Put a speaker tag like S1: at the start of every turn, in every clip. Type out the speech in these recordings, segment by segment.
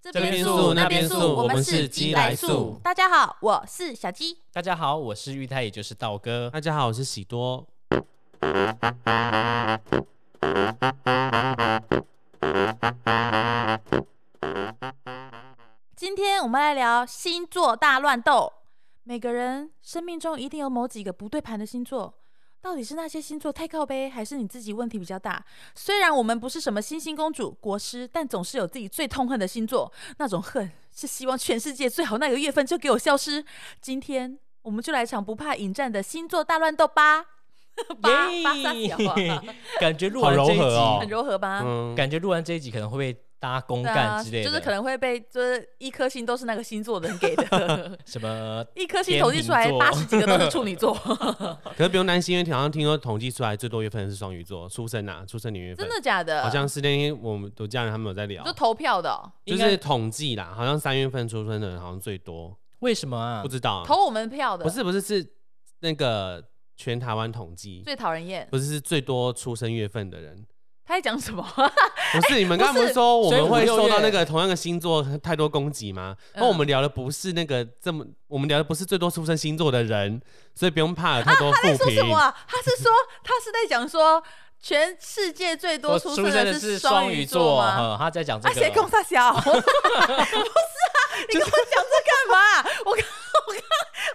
S1: 这
S2: 这边素那边素我们是鸡来素
S1: 大家好，我是小鸡。
S2: 大家好，我是玉泰，也就是道哥。
S3: 大家好，我是喜多。
S1: 今天我们来聊星座大乱斗。每个人生命中一定有某几个不对盘的星座，到底是那些星座太靠背，还是你自己问题比较大？虽然我们不是什么星星公主、国师，但总是有自己最痛恨的星座，那种恨是希望全世界最好那个月份就给我消失。今天我们就来场不怕引战的星座大乱斗吧！ 八八三小啊，
S2: 感觉录完这一集，
S3: 好柔和哦
S1: 很柔和吧？
S3: 嗯，
S2: 感觉录完这一集可能会被大家公
S1: 对
S2: 干
S1: 啊，
S2: 之类
S1: 就
S2: 的，，
S1: 是可能会被就是一颗星都是那个星座的人给的
S2: 什么
S1: 一颗星统计出来
S2: 天秤座
S1: 八十几个都是处女座，
S3: 可是不用担心，因为好像听说统计出来最多月份是双鱼座出生啊，出生年月份
S1: 真。的假的？
S3: 好像是那天我们我家人他们有在
S2: 啊
S3: 聊
S1: 就，投票的哦、
S3: 就
S2: 应该
S3: 是统计啦，好像三月份出生的人好像最多，
S2: 为什么啊
S3: 不？知道啊、
S1: 投我们嗯票的，
S3: 不是不是是那个全台湾统计，
S1: 最讨人厌。
S3: 不是是最多出生月份 的人，
S1: 他在讲什么？
S3: 不是你们刚刚
S1: 不
S3: 不
S1: 是
S3: 是说我
S2: 所以
S3: 们
S2: 五
S3: 会
S2: 六
S3: 受到
S2: 月
S3: 那个同样的星座太多攻击吗？
S1: 嗯
S3: 那我们聊的不是那个这么，我们聊的不是最多出生星座的人，所以不用怕有太多
S1: 在
S3: 负
S1: 说什
S3: 评
S1: 么。啊？他是说，他是在讲说，全世界最多
S2: 我
S1: 出
S2: 出
S1: 生
S2: 生
S1: 的
S2: 的是
S1: 双
S2: 双鱼
S1: 座
S2: 座，
S1: 吗？
S2: 嗯他在讲这
S1: 啊，谁
S2: 个
S1: 跟我。撒 小？不是啊，你跟我讲这干嘛？我刚我刚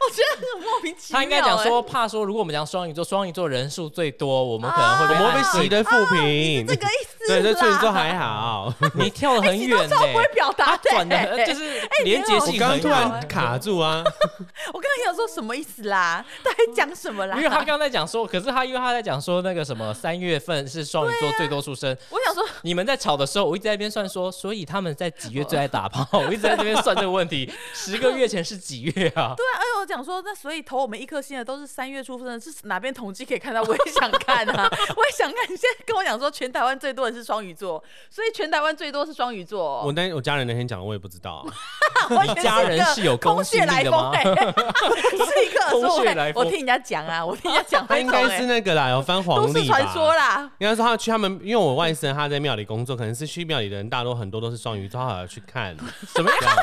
S1: 我觉得很莫名其妙、
S2: 他应该讲
S1: 哎
S2: 说，怕说如果我们讲双鱼座，双鱼座人数最多，我们可能会
S3: 我
S2: 被
S3: 们会
S1: 啊
S2: 暗
S3: 被
S2: 示
S3: 洗的负评，
S1: 欸这个意思啦。
S3: 对，所以处女座还 好。
S2: 哎
S1: 哦
S2: 你跳的很远呢、
S1: 不会表达欸
S2: 他
S1: 的、
S2: 转的就是连接
S1: 我
S3: 我
S2: 性
S3: 刚
S2: 很
S3: 刚突
S2: 哎好，哦
S3: 然卡住啊，
S1: 我刚刚想说什么意思啦？ 到底讲什么啦？
S2: 因为他刚刚在讲说，可是他因为他在讲说那个什么三月份是双鱼座最多出生，
S1: 我想说，
S2: 你们在吵的时候，我一直在那边算说，所以他们在几月最爱打炮？ 我一直在这边算这个问题，十个月前是几月 啊？
S1: 对啊，哎呦，我讲说，那所以投我们一颗星的都是三月出生的，是哪边统计可以看到？我也想看 啊，我也想看。你现在跟我讲说，全台湾最多的是双鱼座，所以全台湾最多是双鱼座哦、
S3: 我那我家人那天讲的我也不知道啊，
S1: 我
S2: 你家人是有
S1: 空
S2: 公
S1: 穴
S2: 信
S1: 来
S2: 力的
S1: 风
S2: 吗
S1: 哎、？ 是一个，所以我
S2: 空穴来
S1: 才我
S2: 风
S1: 听人家讲啊，我听人家讲
S3: 他
S1: 会
S3: 应
S1: 懂
S3: 该
S1: 哎
S3: 是那个啦，有翻黄
S1: 都
S3: 历
S1: 市传说
S3: 吧。
S1: 啦。
S3: 应该说他去他们，因为我外甥他在庙里工作，可能是去庙里的人大多很多都是双鱼座，他好像去看。
S2: 什么 样？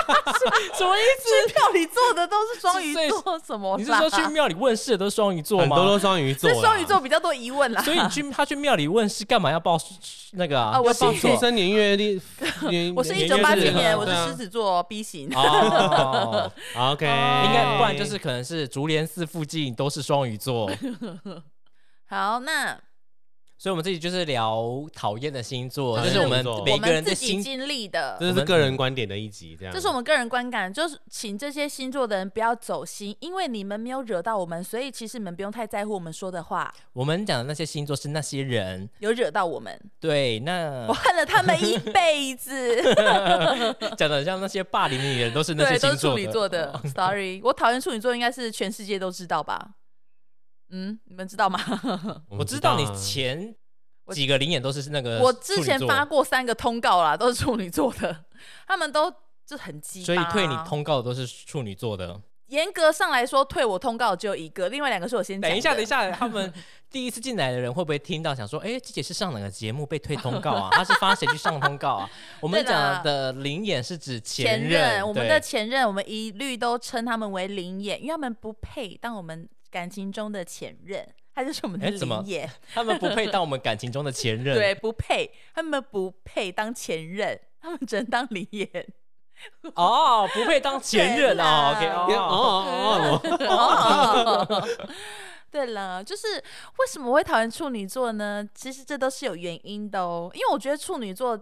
S2: 什么意
S1: 去庙里做的都是双鱼
S2: 所以
S1: 座什么啦？
S2: 思？你是说去庙里啊问事的都是双鱼座
S3: 很
S2: 吗？
S3: 多都双鱼座啊
S1: 这
S3: 啦，
S1: 双鱼座比较多疑问啦。
S2: 所以你去他去庙里问事干嘛要报那个啊？
S1: 啊我
S2: 要报
S1: 是
S3: 出
S2: 错。
S3: 生年 月历，年
S1: 我是一
S3: 年
S1: 九八
S3: 月
S1: 七
S3: 日
S1: 年，
S3: 啊
S1: 我是
S3: 对啊
S1: 狮子座 B 型。
S2: 哦，
S3: OK，
S1: 哦
S2: 应该不然就是可能是竹联寺附近都是双鱼座，
S1: 好，那
S2: 所以我们这集就是聊讨厌的星座，
S3: 讨
S2: 就
S3: 厌
S2: 是
S3: 的
S2: 我们
S3: 星座
S2: 每
S1: 我
S2: 个人
S1: 们
S2: 的
S1: 自己
S2: 星
S1: 经历的，
S3: 这是个人观点的一集，这样。
S1: 这是我们个人观感，就是请这些星座的人不要走心，因为你们没有惹到我们，所以其实你们不用太在乎我们说的话，
S2: 我们讲的那些星座是那些人，
S1: 有惹到我们，
S2: 对，那
S1: 我恨了他们一辈子。
S2: 讲的像那些霸凌你的哦人都 是那些
S1: 对，都
S2: 星
S1: 是处
S2: 座
S1: 女座的。Sorry，我讨厌处女座，应该是全世界都知道吧？嗯，你们知道吗？
S2: 我知道你
S3: 啊
S2: 前
S1: 我
S2: 几个灵眼都是那个
S1: 我之前
S2: 呃处女座
S1: 发，过三个通告啦，都是处女座的，他们都就很鸡巴。啊
S2: 所以退你通告的都是处女座的。
S1: 严格上来说，退我通告只有一个，另外两个是我先讲。
S2: 等一下，等一，下，他们第一次进来的人会不会听到想说，哎，这姐是上哪个节目被退通告 啊？他是发谁去上通告啊？我们
S1: 对啦
S2: 讲的灵眼是指
S1: 前
S2: 任，
S1: 我们
S2: 对
S1: 的前任，我们一律都称他们为灵眼，因为他们不配当我们感情中的前任，他就是我们的
S2: 哎怎么
S1: 灵眼，
S2: 他们不配当我们感情中的前任。
S1: 对，不配，他们不配当前任，他们只能当灵眼。
S2: 哦，不配当前任
S1: 对
S2: 哦
S1: 啦
S2: ，OK
S3: 哦
S2: 哦。
S3: 哦哦，
S1: 哦， 对了，就是为什么会讨厌处女座呢？其实这都是有原因的哦，因为我觉得处女座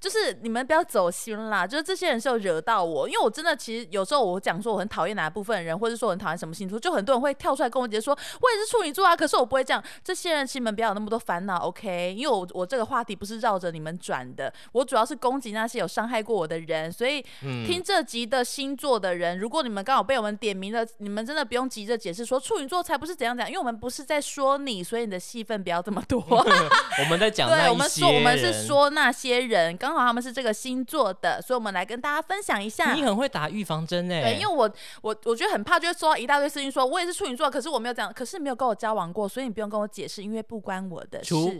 S1: 就是你们不要走心啦，就是这些人是有惹到我，因为我真的其实有时候我讲说我很讨厌哪部分人，或者说我很讨厌什么星座，就很多人会跳出来跟我姐说我也是处女座啊，可是我不会这样。这些人其实你们不要有那么多烦恼，OK？因为我我这个话题不是绕着你们转的，我主要是攻击那些有伤害过我的人，所以听这集的星座的人，如果你们刚好被我们点名了，你们真的不用急着解释说处女座才不是怎样怎样，因为我们不是在说你，所以你的戏份不要这么多。
S2: 我们在讲那
S1: 对，我
S2: 一
S1: 们
S2: 些
S1: 说我们是
S2: 人
S1: 说那些人，刚好他们是这个星座的，所以我们来跟大家分享一下
S2: 你。很会打预防针哎、
S1: 对，因为我我我觉得很怕，就会收到一大堆私信说，我也是处女座，可是我没有这样，可是没有跟我交往过，所以你不用跟我解释，因为不关我的事
S2: 除。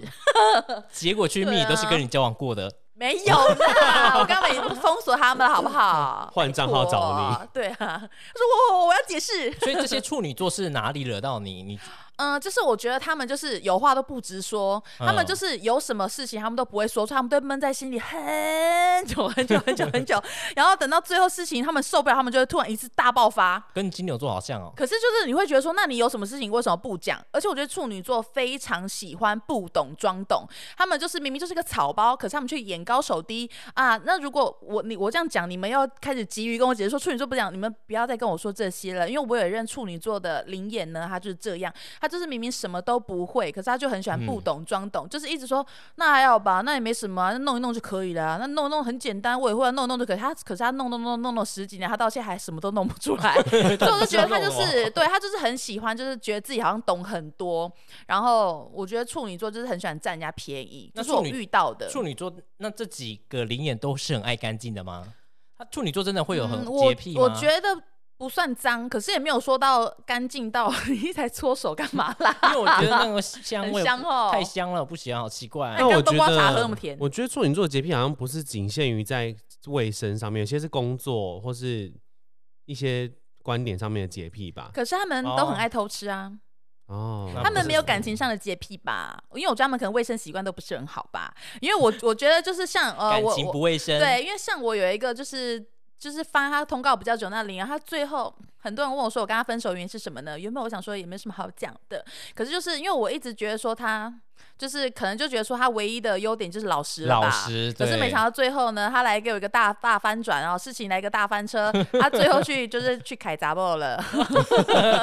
S2: 结果去
S1: 对
S2: 密
S1: 啊
S2: 都是跟你交往过的，
S1: 没有啦，我刚刚已经封锁他们了，好不好？
S3: 换账号找
S1: 你。对啊，他说我我我要解释。
S2: 所以这些处女座是哪里惹到你？你
S1: 嗯，就是我觉得他们就是有话都不直说，他们就是有什么事情他们都不会说出来，他们都闷在心里很久很久很久很久，然后等到最后事情他们受不了，他们就会突然一次大爆发。
S2: 跟金牛座好像哦。
S1: 可是就是你会觉得说，那你有什么事情为什么不讲？而且我觉得处女座非常喜欢不懂装懂，他们就是明明就是个草包，可是他们却眼高手低啊。那如果我你我这样讲，你们要开始急于跟我解释说处女座不讲，你们不要再跟我说这些了，因为我有一任处女座的灵眼呢，他就是这样，他就是明明什么都不会，可是他就很喜欢
S2: 嗯
S1: 不懂装懂，就是一直说那还好吧，那也没什么、啊，那弄一弄就可以了啊、那弄一弄很简单，我也会啊弄一弄就可以。他可是他弄弄弄弄弄十几年，他到现在还什么都弄不 出来，所以我就觉得他就是对他就是很喜欢，就是觉得自己好像懂很多。然后我觉得处女座就是很喜欢占人家便宜，
S2: 那
S1: 这是我
S2: 处女
S1: 遇到的。
S2: 处女座那这几个灵眼都是很爱干净的吗？他处女座真的会有很
S1: 嗯
S2: 洁癖吗？
S1: 我我觉得不算脏，可是也没有说到干净到 你才搓手干嘛啦？
S2: 因为我觉 得那个香味
S1: 很香哦哎
S2: 太香了，我不喜啊欢，好奇怪、
S3: 那
S1: 刚
S3: 我觉
S1: 冬瓜茶喝那么
S3: 得
S1: 甜，
S3: 我觉得处女座的洁癖好像不是仅限于在卫生上面，有些是工作或是一些观点上面的洁癖吧。
S1: 可是他们都很爱偷吃啊。
S3: 哦，
S2: 那
S1: 他
S2: 啊不
S1: 们
S2: 是
S1: 没有
S2: 什么
S1: 感情上的洁癖吧？因为我觉得他们可能卫生习惯都不是很好吧。因为我我觉得就是像呃，
S2: 感
S1: 我
S2: 情
S1: 我
S2: 不卫生。
S1: 对，因为像我有一个就是就是发他通告比较久那林啊，他最后很多人问我说我跟他分手原因是什么呢？原本我想说也没什么好讲的，可是就是因为我一直觉得说他就是可能就觉得说他唯一的优点就是老实了吧。
S2: 老实，
S1: 可是
S2: 对
S1: 没想到最后呢，他来给我一个大大翻转，然后事情来一个大翻车，他最后 去就是去凯杂报了，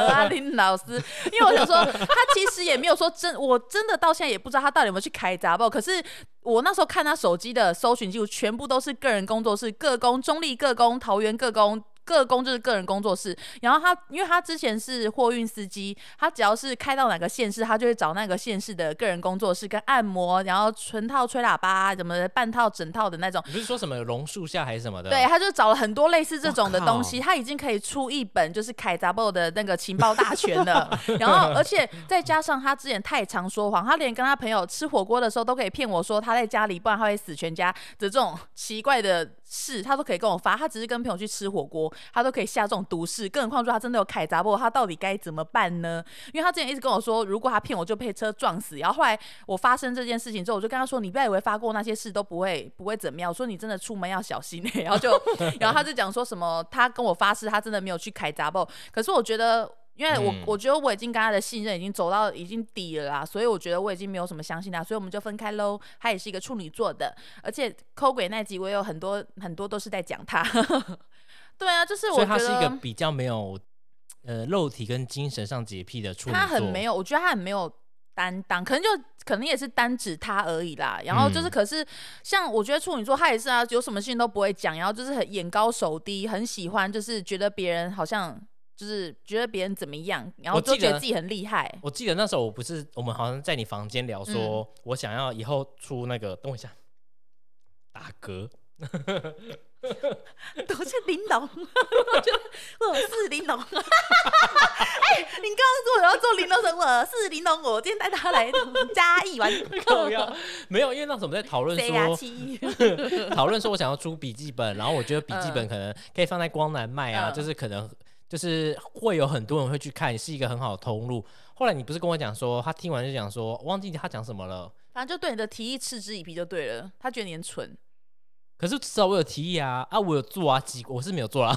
S1: 阿林老师，因为我想说，他其实也没有说真，我真的到现在也不知道他到底有没有去凯杂报，可是。我那时候看他手机的搜寻记录，全部都是个人工作室、各工、中立各工、桃园各工、各工就是个人工作室。然后他，因为他之前是货运司机，他只要是开到哪个县市，他就会找那个县市的个人工作室跟按摩，然后纯套吹喇叭，啊什么的半套整套的那种。
S2: 你不是说什么榕树下还是什么的？
S1: 对，，他就找了很多类似这种的
S3: 哇
S1: 东西，他已经可以出一本就是凯杂报的那个情报大全了。然后，而且再加上他之前太常说谎，他连跟他朋友吃火锅的时候都可以骗我说他在家里，不然他会死全家的这种奇怪的事，他都可以跟我发。他只是跟朋友去吃火锅，他都可以下这种毒誓，更何况说他真的有凯杂报，他到底该怎么办呢？因为他之前一直跟我说，如果他骗我就被车撞死。然后后来我发生这件事情之后，我就跟他说，你不要以为发过那些事都不会不会怎么样，我说你真的出门要小心、欸。然 后就，然后他就讲说什么，他跟我发誓他真的没有去凯杂报，可是我觉得。因为我、
S2: 嗯
S1: 我觉得我已经跟他的信任已经走到已经底了啦，所以我觉得我已经没有什么相信他，所以我们就分开喽。他也是一个处女座的，而且抠鬼那集我有很多很多都是在讲他。 对啊，就是我
S2: 所以
S1: 觉得
S2: 他是一个比较没有呃肉体跟精神上洁癖的处女座。
S1: 他很没有，我觉得他很没有担当，可能就可能也是单指他而已啦。然后就是，
S2: 嗯
S1: 可是像我觉得处女座他也是啊，有什么事情都不会讲，然后就是很眼高手低，很喜欢就是觉得别人好像就是觉得别人怎么样，然后
S2: 我记
S1: 就觉得
S2: 得
S1: 自己很厉害。
S2: 我记得那时候我不是我们好像在你房间聊说，
S1: 嗯
S2: 我想要以后出那个，等我一下，打 嗝，
S1: 都是玲珑， 我觉得我是玲 珑。哎、哎你告诉我要做玲珑什么？我是玲珑，我今天带他来嘉义玩，
S2: 靠腰没有，因为那时候我们在讨论
S1: 谁呀？
S2: 说，
S1: 七，
S2: 讨论说我想要出笔记本，然后我觉得笔记本可能可以放在光南卖啊，
S1: 嗯
S2: 就是可能就是会有很多人会去看，是一个很好的通路。后来你不是跟我讲说，他听完就讲说，忘记他讲什么了。
S1: 反正就对你的提议嗤之以鼻就对了。他觉得你很蠢。
S2: 可是至少我有提议啊，啊，我有做啊，几我是没有 做啦，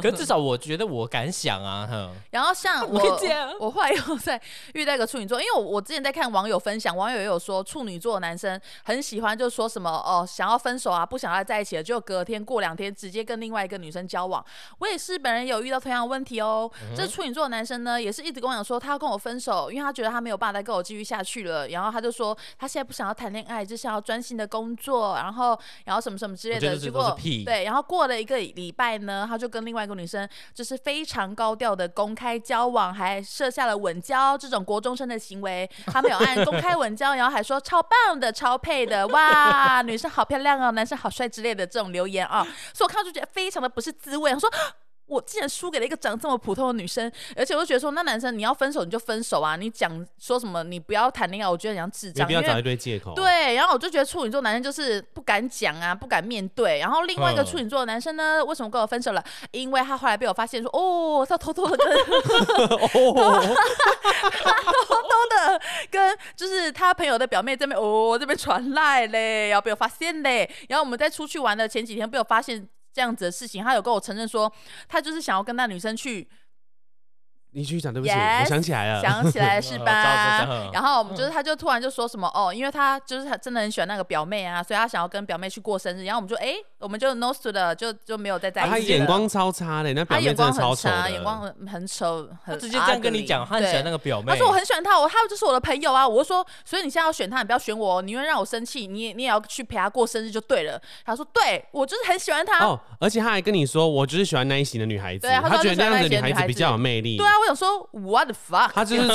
S2: 可是至少我觉得我敢想啊，哼，
S1: 然后像
S2: 不
S1: 我
S2: 会这样，
S1: 我 后来又在遇到一个处女座，因为我我之前在看网友分享，网友也有说处女座的男生很喜欢，就说什么哦想要分手啊，不想要在一起了，就隔天过两天直接跟另外一个女生交往。我也是本人有遇到同样的问题哦。
S2: 嗯
S1: 这处女座的男生呢，也是一直跟我讲说他要跟我分手，因为他觉得他没有办法再跟我继续下去了，然后他就说他现在不想要谈恋爱，就想要专心的工作，然后然后什么什么之类
S2: 我觉
S1: 的。
S2: 得这
S1: 结
S2: 哦都是
S1: 果
S2: 屁
S1: 对，然后过了一个礼拜呢，他就跟另外一个女生就是非常高调的公开交往，还设下了稳交这种国中生的行为。他没有按公开稳交，然后还说超棒的、超配的，哇， 哦女生好漂亮哦，男生好帅之类的这种留言啊、所以我看到就觉得非常的不是滋味。我说。我竟然输给了一个长这么普通的女生，而且我就觉得说，那男生你要分手你就分手啊，你讲说什么你不要谈恋爱，我觉得你像智
S3: 没
S1: 障，因
S3: 必要
S1: 为
S3: 找一堆借口。，
S1: 对，然后我就觉得处女座男生就是不敢讲啊，不敢面对。然后另外一个
S2: 嗯
S1: 处女座的男生呢，为什么跟我分手了？因为他后来被我发现说，哦，他偷偷的跟
S3: 哦，
S1: 跟就是他朋友的表妹这边哦这边传赖嘞，然后被我发现嘞。然后我们在出去玩的前几天被我发现这样子的事情，他有跟我承认说，他就是想要跟那女生去。
S3: 你继续讲，对不起，
S1: Yes，
S3: 我想起
S2: 呃
S3: 来了，
S1: 想起来哎是
S2: 知道
S1: 吧
S2: 嗯知道？
S1: 然后我们就是，他就突然就说什么哦，因为他就是他真的很喜欢那个表妹啊，所以他想要跟表妹去过生日。然后我们就哎，我们就 no to 了，就就没有再在一起
S3: 啊他
S1: 了。
S2: 啊
S3: 眼光超差的，那
S1: 他
S3: 表面
S1: 眼
S3: 真
S1: 光
S3: 的超
S1: 很
S3: 丑
S1: 差，
S3: 的，
S1: 眼光很很丑，很
S2: 他直接这样跟你
S1: ugly，
S2: 讲，他很喜欢那
S1: 对
S2: 个表妹。
S1: 他说我很喜欢他，我他就是我的朋友啊。我就说，所以你现在要选他，你不要选我哦，你因为让我生气，你也你也要去陪他过生日就对了。他说，对我就是很喜欢他。
S3: 哦，而且他还跟你说，我就是喜欢那一型的女孩子，
S1: 对啊他说
S3: 他觉得
S1: 他就喜欢
S3: 样
S1: 那
S3: 的
S1: 一型的
S3: 孩
S1: 女
S3: 子
S1: 孩
S3: 比
S1: 子
S3: 较有魅力。
S1: 对啊，我想说，what the fuck，
S3: 他就是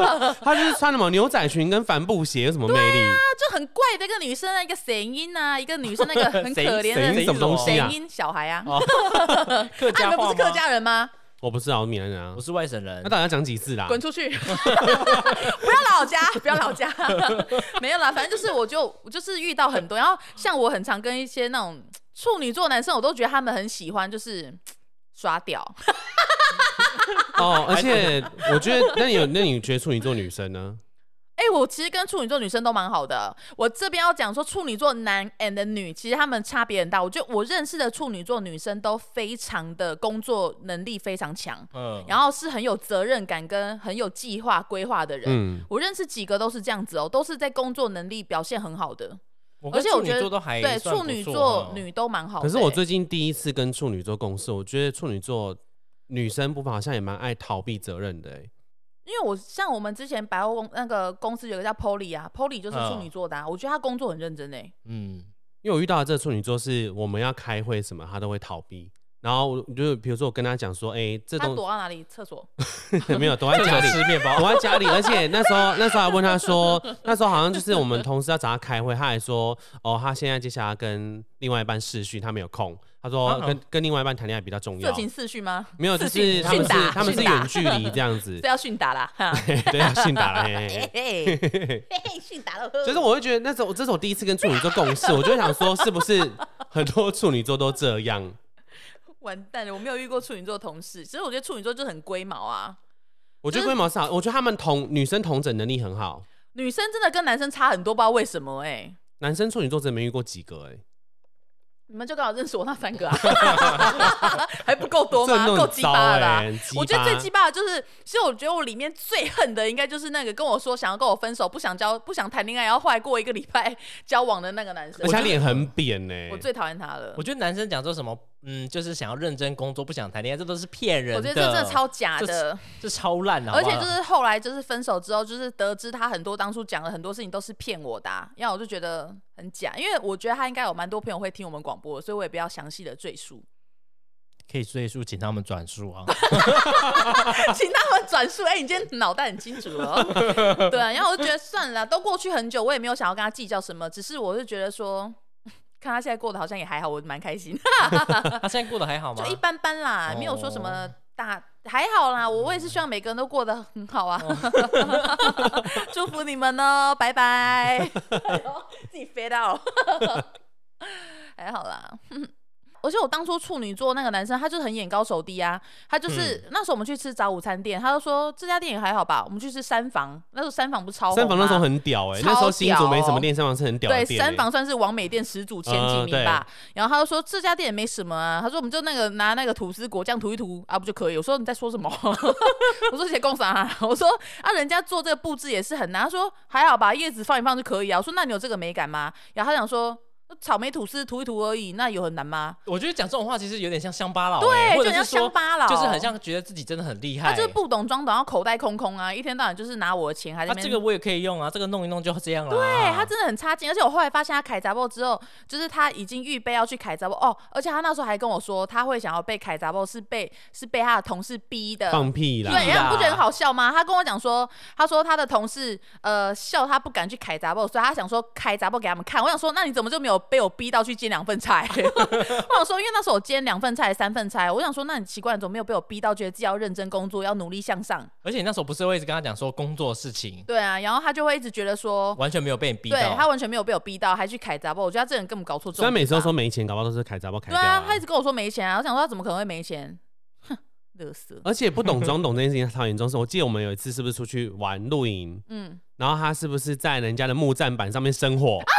S3: 他就是穿什么牛仔裙跟帆布鞋有什么魅力？
S1: 那就很怪的一个女生啊，一个神音啊，一个女生那 个很可
S2: 谁
S1: 怜
S3: 谁
S1: 的
S3: 什么东西啊
S1: 神音小孩啊。
S2: 哦客
S1: 啊，
S2: 家
S1: 你们不
S2: 话
S1: 是客
S2: 吗？
S1: 家人吗？
S3: 我不知道，我闽南人啊
S2: 我。是外省人
S3: 那。到底要讲几次啦？
S1: 滚出去！ 不要老家，不要老家， 没有啦，反正就是我就我就是遇到很多，然后像我很常跟一些那种处女座男生，我都觉得他们很喜欢，就是耍屌。
S3: 哦，而且我觉得，那你有那你觉得处女座女生呢？
S1: 哎、我其实跟处女座女生都蛮好的。我这边要讲说，处女座男 and 女，其实他们差别很大。我觉得我认识的处女座女生都非常的工作能力非常强，
S2: 嗯，
S1: 然后是很有责任感跟很有计划规划的人。
S3: 嗯，
S1: 我认识几个都是这样子哦，都是在工作能力表现很好的，
S2: 我
S1: 而
S2: 跟
S1: 且
S2: 处
S1: 我
S2: 女
S1: 觉得
S2: 座都还
S1: 对
S2: 算
S1: 处
S2: 不
S1: 女
S2: 错
S1: 座
S2: 嗯
S1: 女都蛮好的欸、
S3: 可是我最近第一次跟处女座共事，我觉得处女座女生部分好像也蛮爱逃避责任的、欸。
S1: 因为我像我们之前百货公那个公司有个叫 Polly 啊，Polly 就是处女座的、啊，我觉得她工作很认真诶、欸
S2: 嗯，
S3: 因为我遇到的这个处女座是我们要开会什么，她都会逃避。然后我就比如说我跟她讲说，哎、这
S1: 她
S3: 东
S1: 躲到哪里？厕所？
S3: 西 没有躲在
S2: 厕
S3: 家
S2: 所
S3: 里，
S2: 吃面包。
S3: 我在家里，而且那时候那时候还问他说，那时候好像就是我们同事要找他开会，他还说哦，他现在接下来要跟另外一半试训，他没有空。他说
S2: 啊
S3: 跟、跟另外一半谈恋爱比较重
S1: 色
S3: 要，
S1: 情四序吗？
S3: 没有，就
S1: 训
S3: 是他们
S1: 训打
S3: 是他们是
S1: 训打
S3: 远距 离这样子
S1: 这，要训打啦！哈
S3: 对啊，训打了。嘿嘿
S1: 嘿
S3: 嘿
S1: 嘿嘿嘿，训打了！
S3: 就是我会觉得那时候，这是我第一次跟处女座共事，我就会想说，是不是很多处女座都这样？
S1: 完蛋了，我没有遇过处女座同事，其实我觉得处女座就是很龟毛啊，
S3: 我觉得龟毛是好，我觉得他们同女生同整能力很好，
S1: 女生真的跟男生差很多，不知道为什么哎、
S3: 男生处女座真的没遇过几个哎、
S1: 你们就刚好认识我那三 个啊，还不够多
S3: 这
S1: 吗？
S3: 弄
S1: 够鸡巴了吧
S3: 很糟欸很鸡？巴
S1: 我觉得最鸡巴的就是，其实我觉得我里面最恨的应该就是那个跟我说想要跟我分手、不想交、不想谈恋爱，然后后来过一个礼拜交往的那个男生
S3: 而且。他脸很扁欸呢、
S1: 我最讨厌他了
S2: 我，觉得男生讲说什么，嗯，就是想要认真工作，不想谈恋爱，这都是骗人的。
S1: 我觉得这真的超假
S2: 这
S1: 的，
S2: 这超烂的，好
S1: 而
S2: 不
S1: 且
S2: 好
S1: 就是后来就是分手之后，就是得知他很多当初讲的很多事情都是骗我的、啊，然后我就觉得很假，因为我觉得他应该有蛮多朋友会听我们广播的，所以我也不要详细的赘 述，
S2: 可以赘述，请他们转述 啊。
S1: 请他们转述。哎、你今天脑袋很清楚了 哦，对啊，然后我就觉得算了啦，都过去很久，我也没有想要跟他计较什么，只是我就觉得说， 看他现在过得好像也还好，我蛮开心，
S2: 他现在过得还好吗
S1: 就？一般般啦，
S3: 哦
S1: 没有说什么大。还好
S3: 嗯
S1: 啦，我我也是希望每个人都过得很好啊，
S3: 哦
S1: 祝福你们哦，拜 拜。自己飞到， 还好啦。而且我当初处女座那个男生，他就是很眼高手低啊，他就是、
S3: 嗯
S1: 那时候我们去吃早午餐店，他就说这家店也还好吧，我们去吃三房，那时候三房不是超红吗
S3: 三房那时候很屌哎、
S1: 超
S3: 那时候新竹没什
S1: 屌哦
S3: 么店，三房是很屌的
S1: 对，
S3: 店、欸。
S1: 三房算是王美店始祖前几
S2: 呃
S3: 嗯
S1: 名吧。然后他就说这家店也没什么啊，他说我们就那个拿那个吐司果酱涂一涂啊，不就可以？我说你在说什么？ 我说写工啥、啊？我说啊，人家做这个布置也是很难。他说还好吧，叶子放一放就可以啊。我说那你有这个美感吗？然后他想说草莓吐司涂一涂而已，那有很难吗？
S2: 我觉得讲这种话其实有点像乡巴佬欸，
S1: 对，
S2: 或
S1: 就很
S2: 者
S1: 像
S2: 是
S1: 乡
S2: 说，
S1: 巴佬，
S2: 就是很。像哎觉得自己真的很厉害。欸
S1: 他就是不懂装懂，然后口袋空空啊，一天到晚就是拿我的钱还在
S2: 啊，
S1: 那边
S2: 这个我也可以用啊，这个弄一弄就这样了。
S1: 对他真的很差劲，而且我后来发现他凯杂报之后，就是他已经预备要去凯杂报哦，而且他那时候还跟我说他会想要被凯杂报是被是被他的同事逼的。
S3: 欸放屁啦！
S1: 对，
S2: 啦
S1: 然后你不觉得很好笑吗？他跟我讲说，他说他的同事呃笑他不敢去凯杂报，所以他想说凯杂报给他们看。我想说，那你怎么就没有有被我逼到去煎两份菜。 我想说，因为那时候我煎两份菜、三份菜，我想说，那你奇怪，你怎么没有被我逼到觉得自己要认真工作，要努力向上？
S2: 而且你那时候不是会一直跟他讲说工作事情，
S1: 对啊，然后他就会一直觉得说，
S2: 完全没有被你逼
S1: 对他
S2: 到。
S1: 完全没有被我逼到，还去凯杂报。我觉得他这人根本搞错重点吧。
S3: 虽然每次都说没钱，搞不好都是凯杂包凯
S1: 对
S3: 掉、
S1: 啊，他一直跟我说没钱啊，我想说他怎么可能会没钱？哼，乐 色。
S3: 而且不懂装懂这件事情超严重。是我记得我们有一次是不是出去玩露营，
S1: 嗯，
S3: 然后他是不是在人家的木栈板上面生火啊？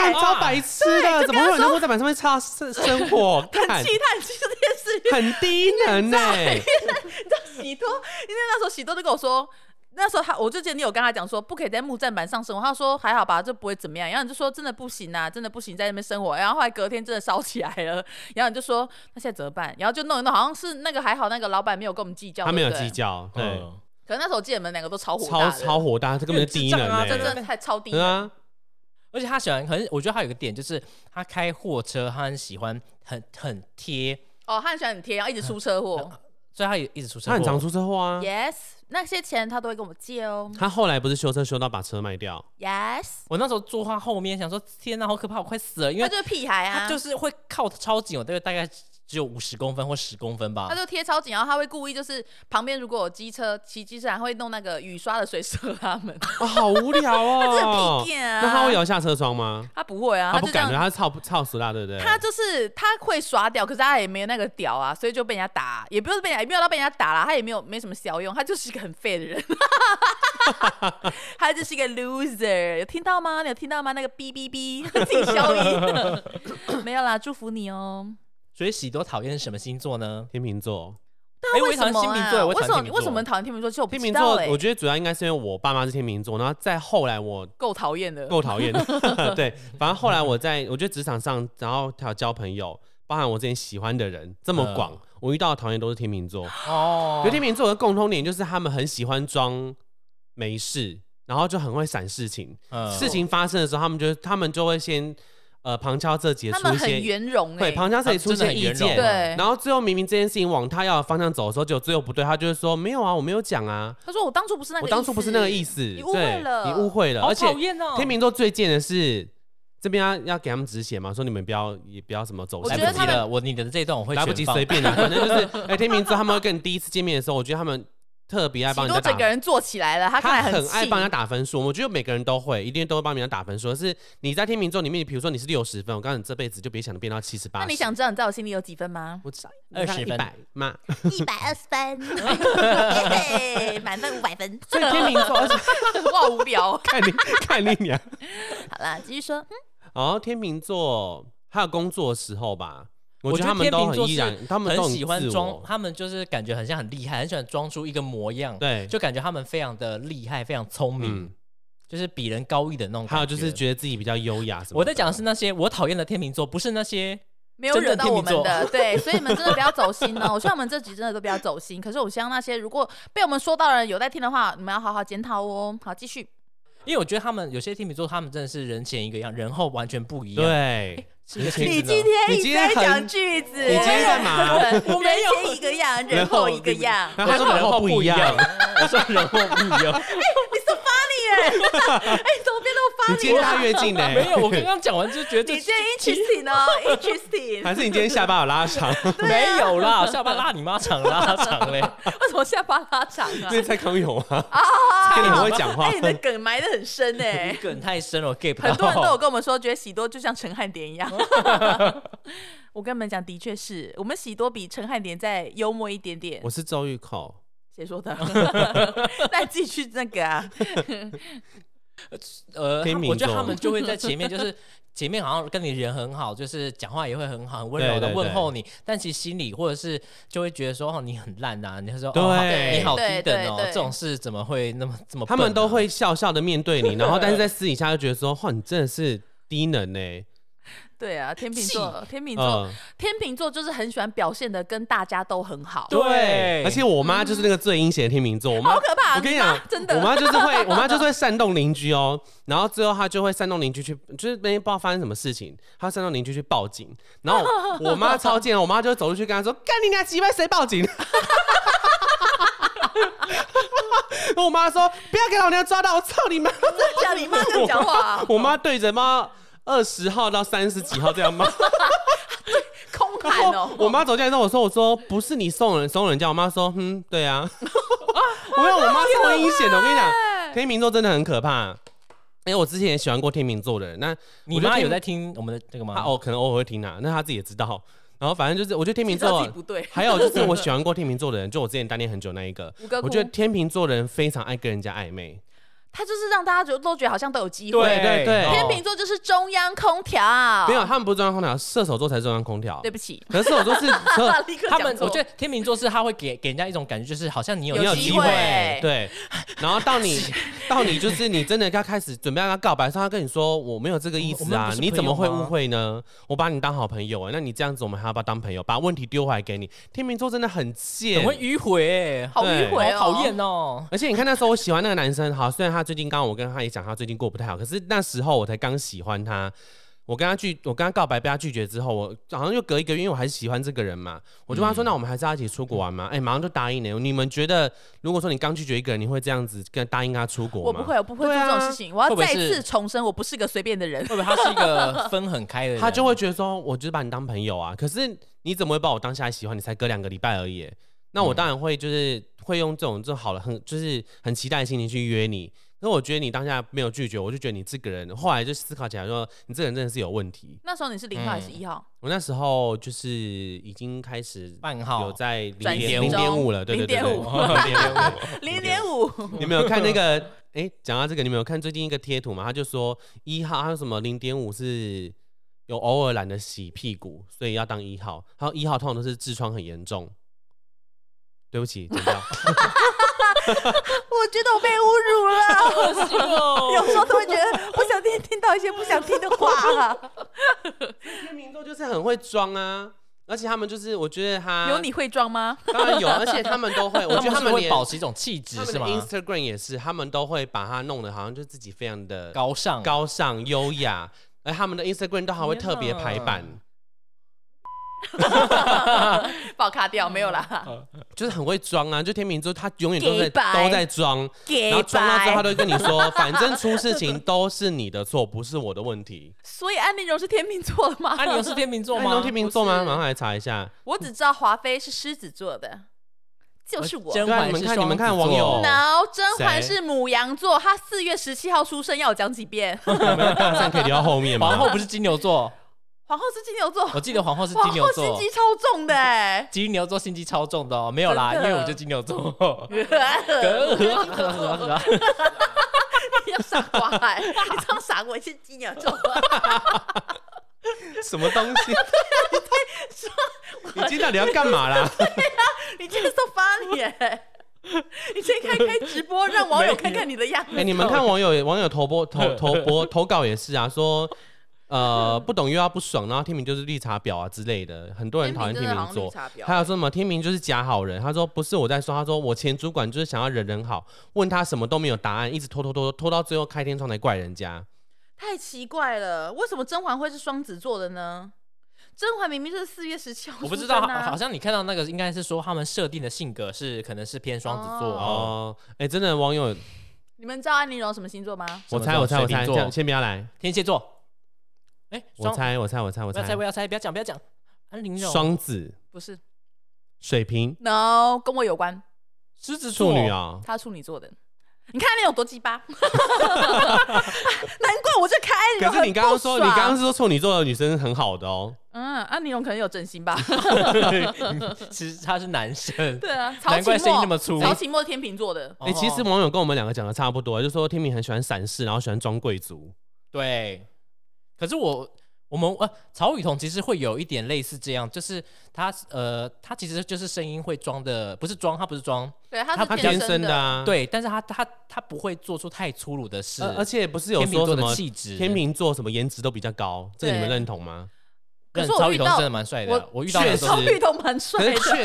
S3: 对，超白痴
S1: 哎
S3: 的，怎么会有人在木栈板上面插生生火？ 看
S1: 叹气叹气这件事情，
S3: 很低能欸呢、
S1: 你知道喜多，因为那时候喜多就跟我说。那时候他，我就记得你有跟他讲说，不可以在木栈板上生活。他说还好吧，这不会怎么样。然后你就说真的不行啊，真的不行，在那边生活。然后后来隔天真的烧起来了，然后你就说那现在怎么办？然后就弄一弄，好像是那个还好，那个老板没有跟我们计较，
S3: 他没有
S1: 对不对
S3: 计。较，对，
S2: 嗯，
S1: 可能那时候我记得你们两个都超火哦大
S3: 超
S1: 的，啊
S3: 超火大，这根本就低能呢、
S1: 这真的太超低
S3: 对
S1: 了。
S3: 啊，
S2: 而且他喜欢，很，我觉得他有一个点就是他开货车，他很喜欢很很贴，
S1: 哦，他很喜欢很贴，然后一直出车祸。
S2: 所以他也一直出车
S3: 他
S2: 祸。
S3: 很常出车祸
S2: 嗯
S3: 啊。
S1: Yes，那些钱他都会跟我借哦。
S3: 他后来不是修车修到把车卖掉，
S1: Yes，
S2: 我那时候坐他后面，想说天哪，好可怕，我快死了，因
S1: 他
S2: 为
S1: 就是屁孩啊，
S2: 他就是会靠超紧，我大概大概只有五十公分或十公分吧
S1: 他。就贴超紧，然后他会故意就是旁边如果有机车骑机车，然后会弄那个雨刷的水射他们，
S3: 啊，好无聊
S1: 这
S3: 哦
S1: 很。屁啊！
S3: 那他会摇下车窗吗？
S1: 他不会啊，
S3: 他
S1: 就
S3: 不
S1: 这
S3: 敢的，
S1: 样。
S3: 他操操死啦，对不对？
S1: 他就是他会刷掉，可是他也没有那个屌啊，所以就被人家打，也不是被人家，也没有到被人家打啦，他也没有没什么效用，他就是一个很废的人， 他就是一个 loser，有听到吗？你有听到吗？那个哔哔哔，自己消音， 没有啦，祝福你哦。
S2: 所以喜多讨厌什么星座呢？
S3: 天秤座，
S2: 哎
S1: 那
S2: 我
S1: 为
S2: 也
S1: 什
S2: 讨厌
S1: 么
S2: 新
S1: 啊
S2: 座，我
S1: 为
S2: 也讨
S1: 什
S2: 厌
S1: 么
S2: 天秤
S1: 为什么
S2: 座
S1: 你讨厌天秤座？其实我不
S3: 天
S1: 知
S3: 秤
S1: 道
S3: 座
S1: 哎，，
S2: 欸
S3: 我觉得主要应该是因为我爸妈是天秤座，然后再后来我
S1: 够讨厌的。
S3: 够讨厌， 对，反正后来我在我觉得职场上，然后还有交朋友，包含我之前喜欢的人这么广，
S2: 嗯
S3: 我遇到的讨厌都是天秤座。
S2: 哦
S3: 可是天秤座的共通点就是他们很喜欢装没事，然后就很会闪事情。
S2: 嗯
S3: 事情发生的时候，他们就他们就会先呃旁敲侧击地
S1: 他
S3: 出
S1: 们
S3: 一
S1: 很
S3: 些，
S1: 圆融哎、
S3: 对旁敲侧击
S2: 啊
S3: 出一
S2: 真的
S3: 些
S2: 很
S3: 意
S2: 圆融
S3: 见，
S2: 啊
S1: 对
S3: 然后最后明明这件事情往他要的方向走的时候，结果最后不对，他就是说没有啊，我没有讲啊，
S1: 他说我当初不是那个，
S3: 我当初不是那个意思，
S1: 你误
S3: 对
S1: 会了
S3: 你误会了，
S2: 好
S3: 而且
S2: 讨厌哦。
S3: 天秤座最贱的是，这边要要给他们止血嘛，说你们不要也不要什么走
S1: 我
S3: 心
S2: 来
S1: 觉
S2: 不
S1: 得
S2: 及
S1: 他们
S2: 了，我你的这一段我会
S3: 来不及
S2: 选放
S3: 随便的、反正就是 哎、天秤座他们会跟你第一次见面的时候，我觉得他们特别爱帮
S1: 喜
S3: 人
S1: 多
S3: 家
S1: 整
S3: 打
S1: 个人坐起来了，他看
S3: 他
S1: 来
S3: 很爱
S1: 气
S3: 帮人家打分数，我觉得每个人都会，一定都会帮人家打分数。可是你在天秤座里面，比如说你是六十分，我告诉你这辈子就别想变到七十八。？
S1: 那你想知道你在我心里有几分吗
S3: 我知道
S2: 20分
S3: 一百嘛？
S1: 一百二十 分，满分五百分。
S3: 所以天秤座，而且
S1: 我好无聊哦。
S3: 看你 看你娘。
S1: 好啦，继续说。嗯
S3: 哦，天秤座还有工作的时候吧，我
S2: 我
S3: 觉
S2: 觉
S3: 得他
S2: 得
S3: 们
S2: 天
S3: 都
S2: 秤
S3: 很
S2: 座
S3: 依
S2: 是
S3: 然，他们都
S2: 很
S3: 很
S2: 喜欢
S3: 自
S2: 装，
S3: 我
S2: 他们就是感觉很像很厉害，很喜欢装出一个模样，
S3: 对
S2: 就感觉他们非常的厉害，非常聪明，
S3: 嗯
S2: 就是比人高一的那种感觉。
S3: 还有就是觉得自己比较优雅什么。
S2: 我在讲的是那些我讨厌的天秤座，不是那些
S1: 没有惹到我们的，对，所以你们真的不要走心哦。我希望我们这集真的都不要走心。可是我希望那些如果被我们说到的人有在听的话，你们要好好检讨哦。好，继续。
S2: 因为我觉得他们有些天秤座，他们真的是人前一个样，人后完全不一样。，
S3: 对，
S2: 是一个圈
S3: 你
S2: 子呢
S1: 天
S3: 你今天很
S1: 句子，
S3: 你今天干嘛？
S1: 我没有一个样，人后一个 样。
S3: 然后他说人后不一样，
S2: 我说人后不一样，
S1: 耶！哎，怎么变那么发
S3: 你
S1: 啊
S3: 今天大跃进嘞？
S2: 没有，我刚刚讲完就觉得这
S1: 你这 interesting 哦，interesting。
S3: 还是你今天下巴有 拉长？
S1: 啊
S2: 没有啦，下巴拉你妈长拉长嘞，
S1: 为什么下巴拉长啊
S3: 因？为蔡康永啊，
S1: 啊
S3: 看你很会讲话
S1: 哎，你的梗埋得很深 哎。
S2: 梗太深了，我 get 不到。
S1: 很多人都有跟我们说，觉得喜多就像陈汉典一样。我跟你们讲，的确是我们喜多比陈汉典再幽默一点点
S3: 我。是周玉蔻。
S2: 哦
S1: 谁说的？ 那你自己去那个啊。
S2: 呃，
S3: 天
S2: 他
S3: 秤
S2: 我觉得
S3: 座
S2: 他们就会在前面，就是 前面好像跟你人很好，就是讲话也会很好，很温柔
S3: 对
S2: 的
S3: 对
S2: 问候你，但其实心里或者是就会觉得说哦你很烂呐、你会说
S3: 对
S2: 哦好
S3: 对
S2: 你好低
S1: 对
S2: 等哦
S1: 对，对
S2: 这种事怎么会那么这么、啊
S3: 他们都。会笑笑的面对你，然后但是在私底下就觉得说， 哇，你真的是低能呢、
S1: 对啊，天秤座，天秤座，
S3: 嗯，
S1: 天秤座就是很喜欢表现的跟大家都很好。
S2: 对
S3: 而且我妈就是那个最阴险的天秤座，我妈
S1: 好可怕
S3: 我跟你
S1: 你妈
S3: 讲，
S1: 真的
S3: 我妈就是会， 我妈就是会煽动邻居哦，然后最后她就会煽动邻居去，就是那天不知道发生什么事情，她煽动邻居去报警，然后我我妈超贱哦，我妈就走出去跟她说：“干你俩鸡巴，谁报警？” 然后我妈说：“不要给老娘抓到，我操你妈！”
S1: 真的假的？你妈这样讲话啊
S3: 我妈对着妈。二十号到三十几号这样骂。
S1: 空
S3: 然
S1: 喊
S3: 后
S1: 哦，
S3: 我妈走进来之后，我说：“我说哦不是你送人送人家。”我妈说：“嗯，对啊。” 我没有，我妈超阴险的。我跟你讲，天秤座真的很可怕。因为我之前也喜欢过天秤座的人，那
S2: 你
S3: 我觉得
S2: 妈
S3: 天
S2: 有在听我们的这个吗？
S3: 她，哦，可能偶尔会听啊，那她自己也知道。然后反正就是，我觉得天秤
S1: 知道自
S3: 座
S1: 己不对，
S3: 还有就是我喜欢过天秤座的人，就我之前单恋很久那一个
S1: 五个，哭
S3: 我觉得天秤座的人非常爱跟人家暧昧。
S1: 他就是让大家觉得都觉得好像都有机
S3: 对
S1: 会。
S3: 对对
S2: 哦
S1: 天秤座就是中央空调，
S3: 没有，他们不是中央空调，射手座才是中央空调
S1: 对。不起，
S3: 可是射手座是 射
S1: 立刻
S2: 他们，
S1: 讲错
S2: 我觉得天秤座是他会给给人家一种感觉，就是好像你有
S1: 有
S2: 你
S1: 机
S2: 机
S1: 会
S3: 对，然后到你到你就是你真的要开始准备要跟他告白的时候，他跟你说我没有这个意
S2: 我
S3: 思
S2: 们
S3: 啊
S2: 不，是
S3: 你怎
S2: 朋
S3: 么
S2: 友
S3: 会
S2: 吗
S3: 误会呢？我把你当好朋友哎、那你这样子我们还要不要当朋友？把问题丢回来给你，天秤座真的很
S2: 很
S3: 贱。
S2: 会迂回、欸，
S1: 好迂回哦，
S2: 好讨厌哦。
S3: 而且你看那时候我喜欢那个男生，好，虽然他最近刚刚我跟他也讲他最近过不太好，可是那时候我才刚喜欢他。我跟他拒，我跟他告白被他拒绝之后，我好像又隔一个月，因为我还是喜欢这个人嘛，我就跟他说，那我们还是要一起出国玩嘛，哎、马上就答应了。你们觉得，如果说你刚拒绝一个人，你会这样子跟答应他出国吗？
S1: 我不会，我不会做
S3: 对啊
S1: 这种事情。我要
S2: 会不会
S1: 再
S2: 是
S1: 次重申，我不是个随便的人。
S2: 会不会他是一个分很开的 人？
S3: 他就会觉得说，我就是把你当朋友啊。可是你怎么会把我当下喜欢？你才隔两个礼拜而已。那我当然会就是会用这种这种好了，很就是很期待的心情去约你。那我觉得你当下没有拒绝，我就觉得你这个人，后来就思考起来说，你这个人真的是有问题。
S1: 那时候你是零号还是一号？
S3: 我那时候就是已经开始
S2: 半号
S3: 有在
S1: 转
S3: 零
S2: 哦型
S3: 点零点
S1: 中
S3: 五了，对对对
S1: 0.5
S3: 对，
S1: 零点五，
S3: 你们有看那个？哎、讲到这个，你们有看最近一个贴图吗？他就说一号，还有什么零点五是有偶尔懒得洗屁股，所以要当一号。还有一号通常都是痔疮很严重。对不起，剪 掉。
S1: 我觉得我被侮辱了。
S2: 恶心哦。
S1: 有时候都会觉得不想听听到一些不想听的话、
S3: 天秤座就是很会装啊，而且他们就是，我觉得他
S1: 有你会装吗？
S3: 当然有，而且他们都会，我觉得
S2: 他
S3: 他
S2: 们
S3: 们
S2: 会
S3: 连
S2: 保持一种气质
S3: 他们
S2: 是
S3: 的
S2: 吗？
S3: Instagram 也是，他们都会把它弄得好像就自己非常的
S2: 高尚，
S3: 高尚优雅，而他们的 Instagram 都还会特别
S2: 天哪
S3: 排版。
S1: 爆卡掉没有啦，
S2: 呃
S3: 就是很会装啊，就天秤座他永远都在
S1: 给白
S3: 都在装，
S1: 给
S3: 然后装到之后他
S1: 白。
S3: 都会跟你说， 反正出事情都是你的错，不是我的问题。哎
S1: 所以安陵容是天秤座的吗？
S2: 安啊牛是天秤座
S3: 那你都
S2: 吗？
S3: 天秤座
S1: 不
S3: 吗？
S1: 是
S3: 马上来查一下。
S1: 我只知道华妃是狮子座的，就是我。
S2: 甄
S3: 对啊
S2: 嬛
S3: 你们
S2: 是
S3: 看
S2: 双
S3: 你们看
S2: 子
S3: 网
S2: 座
S3: 友
S1: 然后甄嬛
S3: 谁
S1: 是母羊座，她四月十七号出生，要我讲几遍？
S3: 我们的大战可以聊到后面
S2: 皇后
S3: 吗？
S2: 不是金牛座，
S1: 皇后是金牛座，
S2: 我记得皇后是金
S1: 皇
S2: 牛
S1: 后心
S2: 座
S1: 机，超重的 哎、
S2: 金牛座心机超重的哦，没有啦，因
S1: 真的
S2: 为我就金牛 座。
S1: 你要傻瓜哎、你这样傻我也是金牛座，
S3: 什么东 西？你今天到底要干嘛啦？
S1: 你真的 so funny 哎、你先开开直播，让网友看看你的样子。
S3: 哎，你们看网 友网友投播投投播投稿也是啊，说。呃，不懂又要不爽，然后天秤就是绿茶婊啊之类的，很多人讨厌天秤座。还有说什么天明就是假好人，他说不是我在说，他说我前主管就是想要人人好，问他什么都没有答案，一直拖拖拖拖到最后开天窗才怪人家。
S1: 太奇怪了，为什么甄嬛会是双子座的呢？甄嬛明明就是四月十七号、啊
S2: 我不知道，好好像你看到那个应该是说他们设定的性格是可能是偏双子座哦，
S3: 哦，哎、真的网友，
S1: 你们知道安陵容什么星座吗？
S3: 我
S2: 么
S3: 猜
S2: 座
S3: 我猜我
S2: 水瓶
S3: 猜，这
S2: 座
S3: 样先不要来，
S2: 天蝎座。哎，
S3: 我
S2: 双
S3: 猜我猜我猜我
S2: 不要猜，不
S3: 猜，
S2: 要猜，不要讲，不要讲。安陵容，
S3: 双子、
S1: 不是
S3: 水瓶、
S1: ，no，跟我有关，
S2: 狮子座
S3: 处女，啊、
S1: 他处女座的。你看安陵容多鸡巴， 难怪我就看安陵
S3: 可
S1: 容。
S3: 是你刚刚说，你刚刚
S1: 刚
S3: 是说处女座的女生很好的哦，
S1: 嗯，安陵容可能有整形 吧？
S2: 其实他是男生。
S1: 对啊，曹
S2: 难怪
S1: 琴
S2: 声音
S1: 墨
S2: 那么粗哦
S1: 曹琴墨天秤座的，
S3: 哎、其实网友跟我们两个讲的差不多，就说天明很喜欢闪饰，然后喜欢装贵族，
S2: 对，可是我我们呃，曹雨桐其实会有一点类似这样，就是他呃，他其实就是声音会装的，不是装，他不是装，
S1: 对，他
S2: 他
S1: 是
S2: 他
S3: 他天
S1: 天
S3: 生的
S1: 的。
S3: 啊，，
S2: 对，但是他他他不会做出太粗鲁的事，
S3: 呃而而且不是有
S2: 天秤
S3: 说
S2: 座
S3: 什
S2: 的
S3: 么
S2: 气质，
S3: 天秤座什么颜值都比较高，这个你们
S1: 对
S3: 认同吗？
S1: 可
S2: 但
S1: 是我
S2: 曹
S1: 遇
S2: 雨桐
S1: 到
S2: 真的蛮帅的啊，我遇到
S3: 确
S2: 的
S3: 实
S2: 时
S1: 曹
S2: 候
S1: 雨桐蛮帅
S3: 可
S1: 的，
S3: 是
S1: 阿
S3: 确
S1: 雨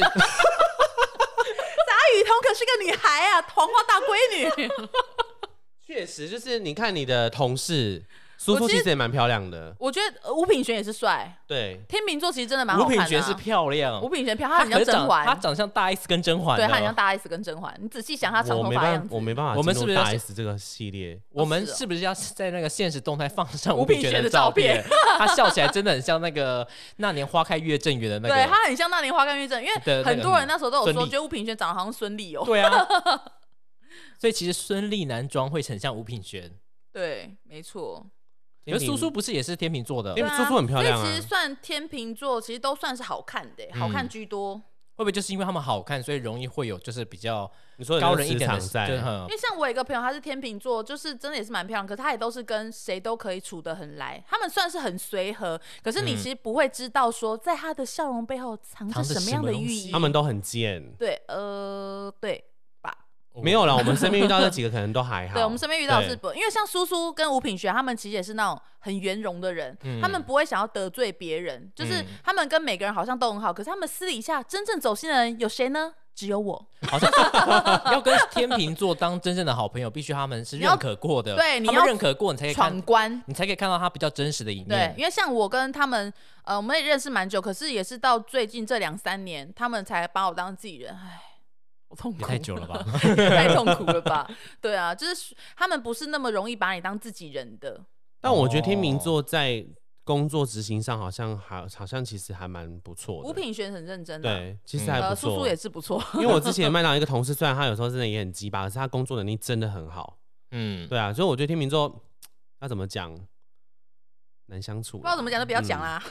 S1: 桐可是个女孩啊，黄花大闺女。
S3: 确实就是，你看你的同事苏
S1: 我
S3: 苏
S1: 其
S3: 其
S1: 实
S3: 实也蛮漂亮的，
S1: 我觉得呃吴品璇也是帅，
S3: 对，
S1: 天秤座其实真的蛮好
S2: 吴
S1: 看
S2: 品
S1: 的、啊。
S2: 璇是漂亮，
S1: 吴品璇漂亮，
S2: 她
S1: 很
S2: 可
S1: 像
S2: 是
S1: 甄
S2: 长她
S1: 嬛，
S2: 长啊相大 S 跟甄嬛
S1: 对，
S2: 的，
S1: 她很像大 S 跟甄嬛。你仔细想她长
S3: 我
S1: 头
S3: 没
S1: 发的样
S3: 办
S1: 子，
S3: 我没办法进入大 S，
S2: 我们是不是要
S3: 这个系列？
S2: 我们
S1: 是哦
S2: 是不是要在那个现实动态放上
S1: 吴
S2: 吴
S1: 品
S2: 品
S1: 璇
S2: 璇
S1: 的
S2: 的
S1: 照
S2: 照片？她笑起来真的很像那个《那年花开月正圆》的那
S1: 对
S2: 个。
S1: 她很像那年花开月正，因
S2: 对
S1: 为
S2: 那
S1: 很
S2: 个
S1: 多人那时候都有
S2: 孙
S1: 说，
S2: 俪
S1: 觉得吴品璇长得好像孙俪哦。
S2: 对啊，所以其实孙俪男装会很像吴品璇，
S1: 对，没错。
S2: 可是苏苏
S3: 苏
S2: 不是也是天秤座的，会
S3: 因为
S1: 对
S3: 苏苏很漂亮啊
S1: 所以其实算天秤座，其实都算是好看
S2: 嗯
S1: 的，欸好看居多。
S2: 不会就是因为他们好看，所以容易会有就是比较
S3: 你说
S2: 高人一点的嗯
S3: 场
S2: 就是
S3: 在，
S2: 很
S1: 因为像我有一个朋友，他是天秤座，就是真的也是蛮漂亮，可是他也都是跟谁都可以处得很来，他们算是很随和，可是你
S2: 嗯
S1: 其实不会知道说，在他的笑容背后藏着
S2: 藏着
S1: 什么
S2: 什
S1: 样
S2: 么
S1: 的
S2: 东
S1: 寓
S2: 西
S1: 意。
S3: 他们都很贱。
S1: 对，呃，对，
S3: 没有啦，我们身边遇到这几个可能都还 好。
S1: 对，我们身边遇到的是
S3: 对
S1: 不，因为像苏苏跟吴品璇，他们其实也是那种很圆融的人，
S2: 嗯
S1: 他们不会想要得罪别人，就是
S2: 嗯
S1: 他们跟每个人好像都很好，可是他们私底下真正走心的人有谁呢？只有我。
S2: 好 像是要跟天秤座当真正的好朋友，必须他们是认可过的，
S1: 你要对你
S2: 他
S1: 要
S2: 们认可过，你才可以
S1: 闯
S2: 看，
S1: 关，
S2: 你才可以看到他比较真实的一
S1: 对，
S2: 面。
S1: 因为像我跟他们，呃，我们也认识蛮久，可是也是到最近这两三年，他们才把我当自己人，唉，好痛苦，
S2: 也太久了 吧？
S1: 也太痛苦了吧？对啊，就是他们不是那么容易把你当自己人的，
S3: 但我觉得天秤座在工作执行上好像还好像其实还蛮不错的。
S1: 吴品璇很认真的、
S3: 对，其实
S2: 嗯
S3: 还不
S1: 呃，
S3: 错。
S1: 叔叔也是不错，
S3: 因为我之前麦当一个同事，虽然他有时候真的也很鸡巴，可是他工作能力真的很好。
S2: 嗯，
S3: 对啊，所以我觉得天秤座要怎么讲难相处啊，
S1: 不知道怎么讲就不要讲啦。